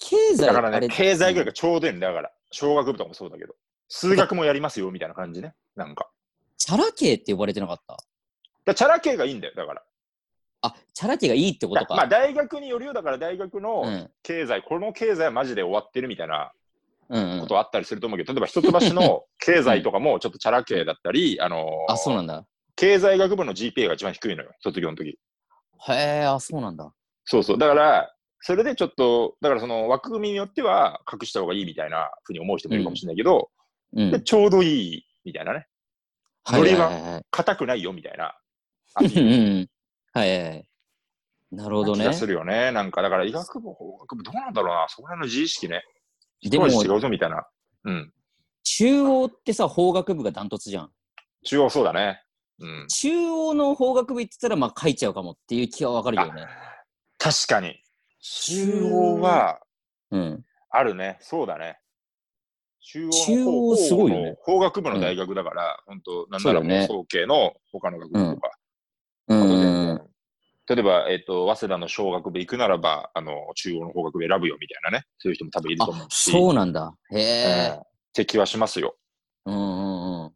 [SPEAKER 2] 経済、
[SPEAKER 3] だか
[SPEAKER 2] あ
[SPEAKER 3] ら
[SPEAKER 2] れ
[SPEAKER 3] ね、経済学がちょうどいいんだだから、小学部とかもそうだけど、数学もやりますよみたいな感じね。なんか。
[SPEAKER 2] チャラ系って呼ばれてなかった。
[SPEAKER 3] だからチャラ系がいいんだよ、だから。
[SPEAKER 2] あ、チャラ系がいいってことか。
[SPEAKER 3] まあ、大学によるよ、だから大学の、
[SPEAKER 2] うん。
[SPEAKER 3] 経済、この経済はマジで終わってるみたいな
[SPEAKER 2] うん、う
[SPEAKER 3] こ
[SPEAKER 2] ん
[SPEAKER 3] と。はあったりすると思うけど、例えば一橋 の経済とかもちょっとチャラ系だったり、あのー
[SPEAKER 2] あ、そうなんだ。
[SPEAKER 3] 経済学部の GPA が一番低いのよ、卒業の時
[SPEAKER 2] へえ、あ、そうなんだ。
[SPEAKER 3] そうそう。だから、それでちょっと、だからその枠組みによっては隠した方がいいみたいなふうに思う人もいるかもしれないけど、
[SPEAKER 2] うん。
[SPEAKER 3] でちょうどいいみたいなね、
[SPEAKER 2] はいはいはいはい。
[SPEAKER 3] 硬くないよみたいな。あ
[SPEAKER 2] うんうん。はいはいはい。なるほど
[SPEAKER 3] 気
[SPEAKER 2] ね
[SPEAKER 3] が。するよね。なんか、だから医学部、法学部、どうなんだろうな。そこら辺の自意識ね。
[SPEAKER 2] で
[SPEAKER 3] どう
[SPEAKER 2] も、
[SPEAKER 3] 違うぞみたいな。うん。
[SPEAKER 2] 中央ってさ、法学部がダントツじゃん。
[SPEAKER 3] 中央そうだね。うん。
[SPEAKER 2] 中央の法学部行ってたら、まあ書いちゃうかもっていう気はわかるよね。
[SPEAKER 3] 確かに。中央は、
[SPEAKER 2] うん。
[SPEAKER 3] あるね。そうだね。中央
[SPEAKER 2] 中央すごいよね
[SPEAKER 3] 法学部の大学だから、本当なんなら
[SPEAKER 2] そうだ
[SPEAKER 3] もう
[SPEAKER 2] ね
[SPEAKER 3] 総計の他の学部とか。
[SPEAKER 2] うんうんうん。
[SPEAKER 3] 例えば、えっと、早稲田の小学部行くならば、あの、中央の法学部選ぶよみたいなね。そういう人も多分いると思
[SPEAKER 2] あ、
[SPEAKER 3] うし。
[SPEAKER 2] そうなんだ。へ
[SPEAKER 3] え
[SPEAKER 2] え。
[SPEAKER 3] って気はしますよ。
[SPEAKER 2] うんうんうん。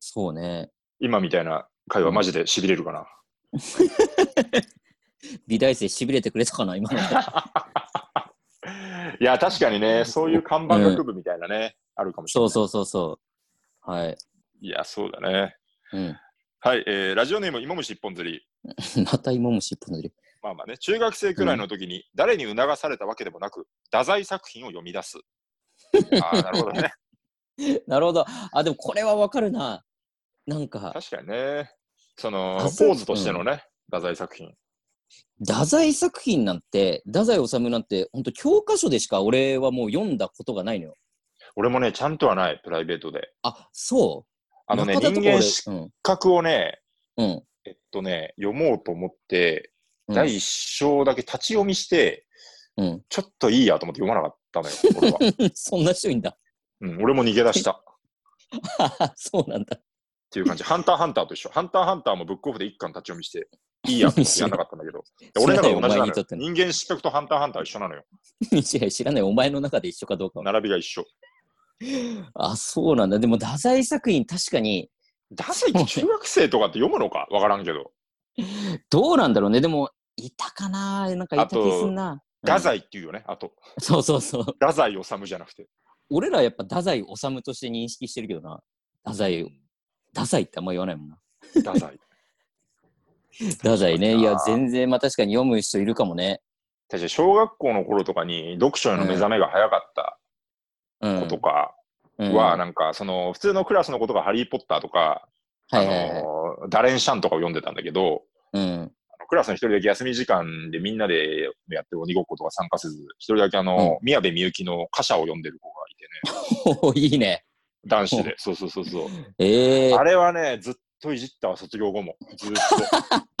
[SPEAKER 2] そうね。
[SPEAKER 3] 今みたいな会話、マジで痺れ るかな。
[SPEAKER 2] 美大生痺れてくれたかな、今 の。
[SPEAKER 3] いや、確かにね、そういう看板学部みたいなね、あるかもしれ
[SPEAKER 2] そ
[SPEAKER 3] な
[SPEAKER 2] う
[SPEAKER 3] い。
[SPEAKER 2] そうそうそう。はい。
[SPEAKER 3] いや、そうだね。
[SPEAKER 2] うん。
[SPEAKER 3] はい、えーラジオネーム、芋虫一本釣り。
[SPEAKER 2] また芋虫一本塗り。
[SPEAKER 3] まあまあね、中学生くらいの時に誰に促されたわけでもなく、太宰作品を読み出す。 ああ、なるほどね。
[SPEAKER 2] なるほど。あ、でもこれはわかるな。なんか、
[SPEAKER 3] 確かにね。その、ポ
[SPEAKER 2] 太宰
[SPEAKER 3] ーズとしてのね、太宰作品。
[SPEAKER 2] 太宰作品なんて、太宰治なんて、ほんと教科書でしか俺はもう読んだことがないのよ。
[SPEAKER 3] 俺もね、ちゃんとはない、プライベートで。
[SPEAKER 2] あ、そう。
[SPEAKER 3] あのね、
[SPEAKER 2] 中田
[SPEAKER 3] 人
[SPEAKER 2] とか
[SPEAKER 3] 間
[SPEAKER 2] 俺
[SPEAKER 3] 失格をね、
[SPEAKER 2] うん。うん。
[SPEAKER 3] えっとね、読もうと思って、
[SPEAKER 2] うん
[SPEAKER 3] 第一章だけ立ち読みして、
[SPEAKER 2] うん。
[SPEAKER 3] ちょっといいやと思って読まなかったのよ、俺は。
[SPEAKER 2] そんな人いんだ。
[SPEAKER 3] うん、俺も逃げ出した。っ
[SPEAKER 2] そうなんだ。
[SPEAKER 3] ていう感じ。ハンターハンターと一緒。ハンターハンターもブックオフで一巻立ち読みして、いいやと思ってやんなかったんだけど。いや俺の中で同じ
[SPEAKER 2] お前
[SPEAKER 3] なの
[SPEAKER 2] に
[SPEAKER 3] よ
[SPEAKER 2] とって。の
[SPEAKER 3] 人間失格とハンターハンターは一緒なのよ。
[SPEAKER 2] 知らない知らない。お前の中で一緒かどうかは。
[SPEAKER 3] 並びが一緒。
[SPEAKER 2] あ、そうなんだ。でも、太宰作品、確かに、
[SPEAKER 3] ダサいって中学生とかって読むのかわからんけど。
[SPEAKER 2] どうなんだろうね。でも、いたかななんかいた
[SPEAKER 3] あと
[SPEAKER 2] 気すんな。
[SPEAKER 3] 太宰っていうよね、あと。
[SPEAKER 2] うんそうそうそう。
[SPEAKER 3] 太宰治じゃなくて。
[SPEAKER 2] 俺らやっぱ太宰治として認識してるけどな。太宰を。太宰ってあんま言わないも んな。
[SPEAKER 3] 太宰。
[SPEAKER 2] 太宰ね。
[SPEAKER 3] そう
[SPEAKER 2] い
[SPEAKER 3] だ
[SPEAKER 2] や、全然、まあ確かに読む人いるかもね。
[SPEAKER 3] 確か小学校の頃とかに読書への目覚めが早かった
[SPEAKER 2] うん。
[SPEAKER 3] 子とか
[SPEAKER 2] うん
[SPEAKER 3] は、なんか、その、普通のクラスの子とか、ハリー・ポッターとか、
[SPEAKER 2] は
[SPEAKER 3] あ
[SPEAKER 2] いはいはい。
[SPEAKER 3] のー、ダレン・シャンとかを読んでたんだけど、
[SPEAKER 2] うん。
[SPEAKER 3] クラスの一人だけ休み時間でみんなでやってる鬼ごっことか参加せず、一人だけあの、宮部みゆきの歌詞を読んでる子がいてね、
[SPEAKER 2] おいいね。
[SPEAKER 3] 男子で。そうそうそうそう。
[SPEAKER 2] ええ
[SPEAKER 3] あ
[SPEAKER 2] ー。
[SPEAKER 3] れはね、ずっといじったわ、卒業後も。ずっと、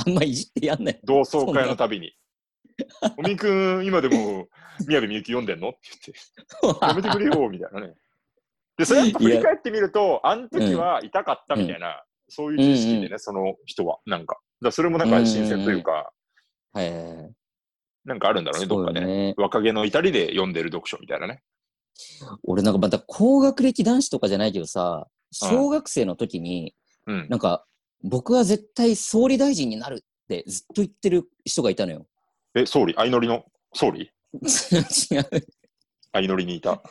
[SPEAKER 2] あんまいじってやんない。
[SPEAKER 3] 同窓会のた びに。おみくん、今でも宮部みゆき読んでんのって言って、やめてくれよ、みたいなね。で、それやっぱ振り返ってみると、あの時は痛かったみたいな、そういう知識でね、
[SPEAKER 2] うん
[SPEAKER 3] その人は、なんか。だからそれもなんか新鮮というか、
[SPEAKER 2] はいはいはい。
[SPEAKER 3] なんかあるんだろうね、どっかでね。
[SPEAKER 2] ね。
[SPEAKER 3] 若気の至りで読んでる読書みたいなね。
[SPEAKER 2] 俺なんかまた高学歴男子とかじゃないけどさ、小学生の時に、
[SPEAKER 3] うん。
[SPEAKER 2] なんか、僕は絶対総理大臣になるってずっと言ってる人がいたのよ。
[SPEAKER 3] え、総理、相乗りの総理
[SPEAKER 2] 違う。
[SPEAKER 3] 相乗りにい た。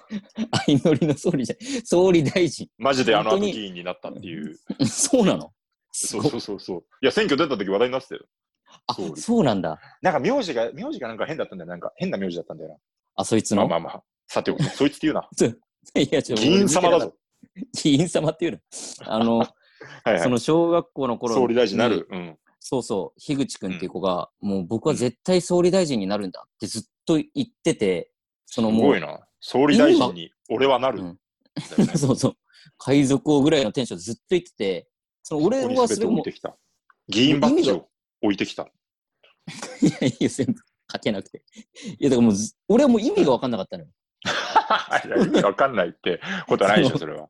[SPEAKER 2] 相乗りの総理じゃない。総理大臣。
[SPEAKER 3] マジであの後
[SPEAKER 2] 本当に
[SPEAKER 3] 議員になったっていう。
[SPEAKER 2] そうなのす
[SPEAKER 3] そ
[SPEAKER 2] ご
[SPEAKER 3] う
[SPEAKER 2] い
[SPEAKER 3] そうそう そう。いや、選挙出た時話題になってたよ。
[SPEAKER 2] あ
[SPEAKER 3] 総、理
[SPEAKER 2] そうなんだ。
[SPEAKER 3] なんか名字が、名字がなんか変だったんだよ。なんか変な名字だったんだよ
[SPEAKER 2] あ、そいつ
[SPEAKER 3] な。まあ
[SPEAKER 2] の。
[SPEAKER 3] まあまあ。さ ておき、そいつって言うな。
[SPEAKER 2] いや、ちょ
[SPEAKER 3] 議員様
[SPEAKER 2] 俺見てなか
[SPEAKER 3] だ。
[SPEAKER 2] っ
[SPEAKER 3] ぞ。
[SPEAKER 2] た議員様っていうの。あの、
[SPEAKER 3] はいはい
[SPEAKER 2] その小学校の頃に
[SPEAKER 3] 総理大臣になる。。うん。
[SPEAKER 2] そうそう、樋口くんっていう子が、もう僕は絶対総理大臣になるんだってずっと言ってて、そ
[SPEAKER 3] す
[SPEAKER 2] のも
[SPEAKER 3] ご
[SPEAKER 2] う
[SPEAKER 3] い、な。総理大臣に俺はなる。
[SPEAKER 2] う
[SPEAKER 3] だ
[SPEAKER 2] ん
[SPEAKER 3] よね
[SPEAKER 2] そうそう、海賊王ぐらいのテンションでずっと言ってて、その俺
[SPEAKER 3] ここに
[SPEAKER 2] は
[SPEAKER 3] 全
[SPEAKER 2] そ
[SPEAKER 3] て
[SPEAKER 2] れ
[SPEAKER 3] 置い
[SPEAKER 2] も、
[SPEAKER 3] てきた。議員バッジを置いてきた。
[SPEAKER 2] いやいや、全部書けなくて。いや、だからもうず、俺はもう意味が分かんなかったのよ。
[SPEAKER 3] いや意味わかんないってことはない でしょ、それは。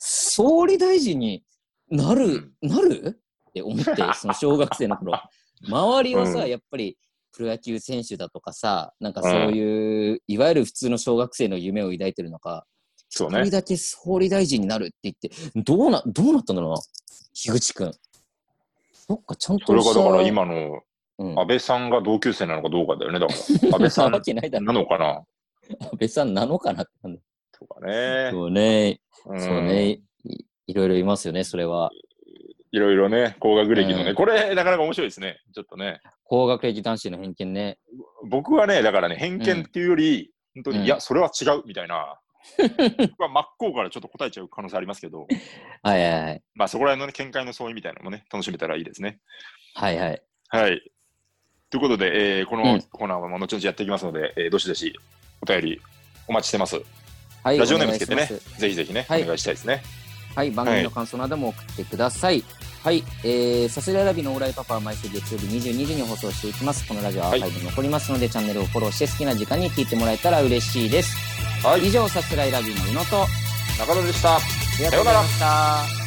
[SPEAKER 2] 総理大臣になる、なるって思 って、その小学生の頃。周りはさ、
[SPEAKER 3] うん
[SPEAKER 2] やっぱりプロ野球選手だとかさ、なんかそういう、いわゆる普通の小学生の夢を抱いてるのか、
[SPEAKER 3] そう
[SPEAKER 2] 一人
[SPEAKER 3] ね。
[SPEAKER 2] だけ総理大臣になるって言って、どうな、どうなったんだろうな、樋口くん。そっか、ちゃんと
[SPEAKER 3] それがだから
[SPEAKER 2] した、
[SPEAKER 3] 今の
[SPEAKER 2] うん、
[SPEAKER 3] 安倍さんが同級生なのかどうかだよね、だから。安倍さ
[SPEAKER 2] さ
[SPEAKER 3] ん
[SPEAKER 2] わけないだろ。
[SPEAKER 3] なのか な
[SPEAKER 2] 安倍さんなのかなってなんだ。
[SPEAKER 3] とかね。
[SPEAKER 2] そうね、
[SPEAKER 3] うん
[SPEAKER 2] そうね、いいろいろいますよね、それは。
[SPEAKER 3] いろいろね、高学歴の
[SPEAKER 2] う
[SPEAKER 3] ね、
[SPEAKER 2] ん
[SPEAKER 3] これ、なかなか面白いですね。ちょっとね。
[SPEAKER 2] 高学歴男子の偏見ね。
[SPEAKER 3] 僕はね、だからね、偏見っていうより、本当
[SPEAKER 2] うん
[SPEAKER 3] に、いや、それは違うみたい な。僕は真っ向からちょっと答えちゃう可能性ありますけど、
[SPEAKER 2] はいはいはい。
[SPEAKER 3] まあそこら辺のね、見解の相違みたいなのもね、楽しめたらいいですね。
[SPEAKER 2] はいはい。
[SPEAKER 3] はい。ということで、えーこ
[SPEAKER 2] う
[SPEAKER 3] の
[SPEAKER 2] ん
[SPEAKER 3] コーナーはもう後々やっていきますので、えーどしどしお便りお待ちしてます。
[SPEAKER 2] はい、
[SPEAKER 3] ラジオネーム
[SPEAKER 2] お願い
[SPEAKER 3] つけて
[SPEAKER 2] し
[SPEAKER 3] ね
[SPEAKER 2] ます、
[SPEAKER 3] ぜひぜひね、
[SPEAKER 2] はい
[SPEAKER 3] お願いしたいですね。
[SPEAKER 2] はい、番組の感想なども送ってください。はい、えー、サスレラビのオーライパパは毎週月曜日22時に放送していきます。このラジオはアーカイブに残りますので、チャンネルをフォローして好きな時間に聞いてもらえたら嬉しいです。
[SPEAKER 3] はい
[SPEAKER 2] 以上、サスライラビの宇野と、あ
[SPEAKER 3] 中野でした。
[SPEAKER 2] りがとうございました。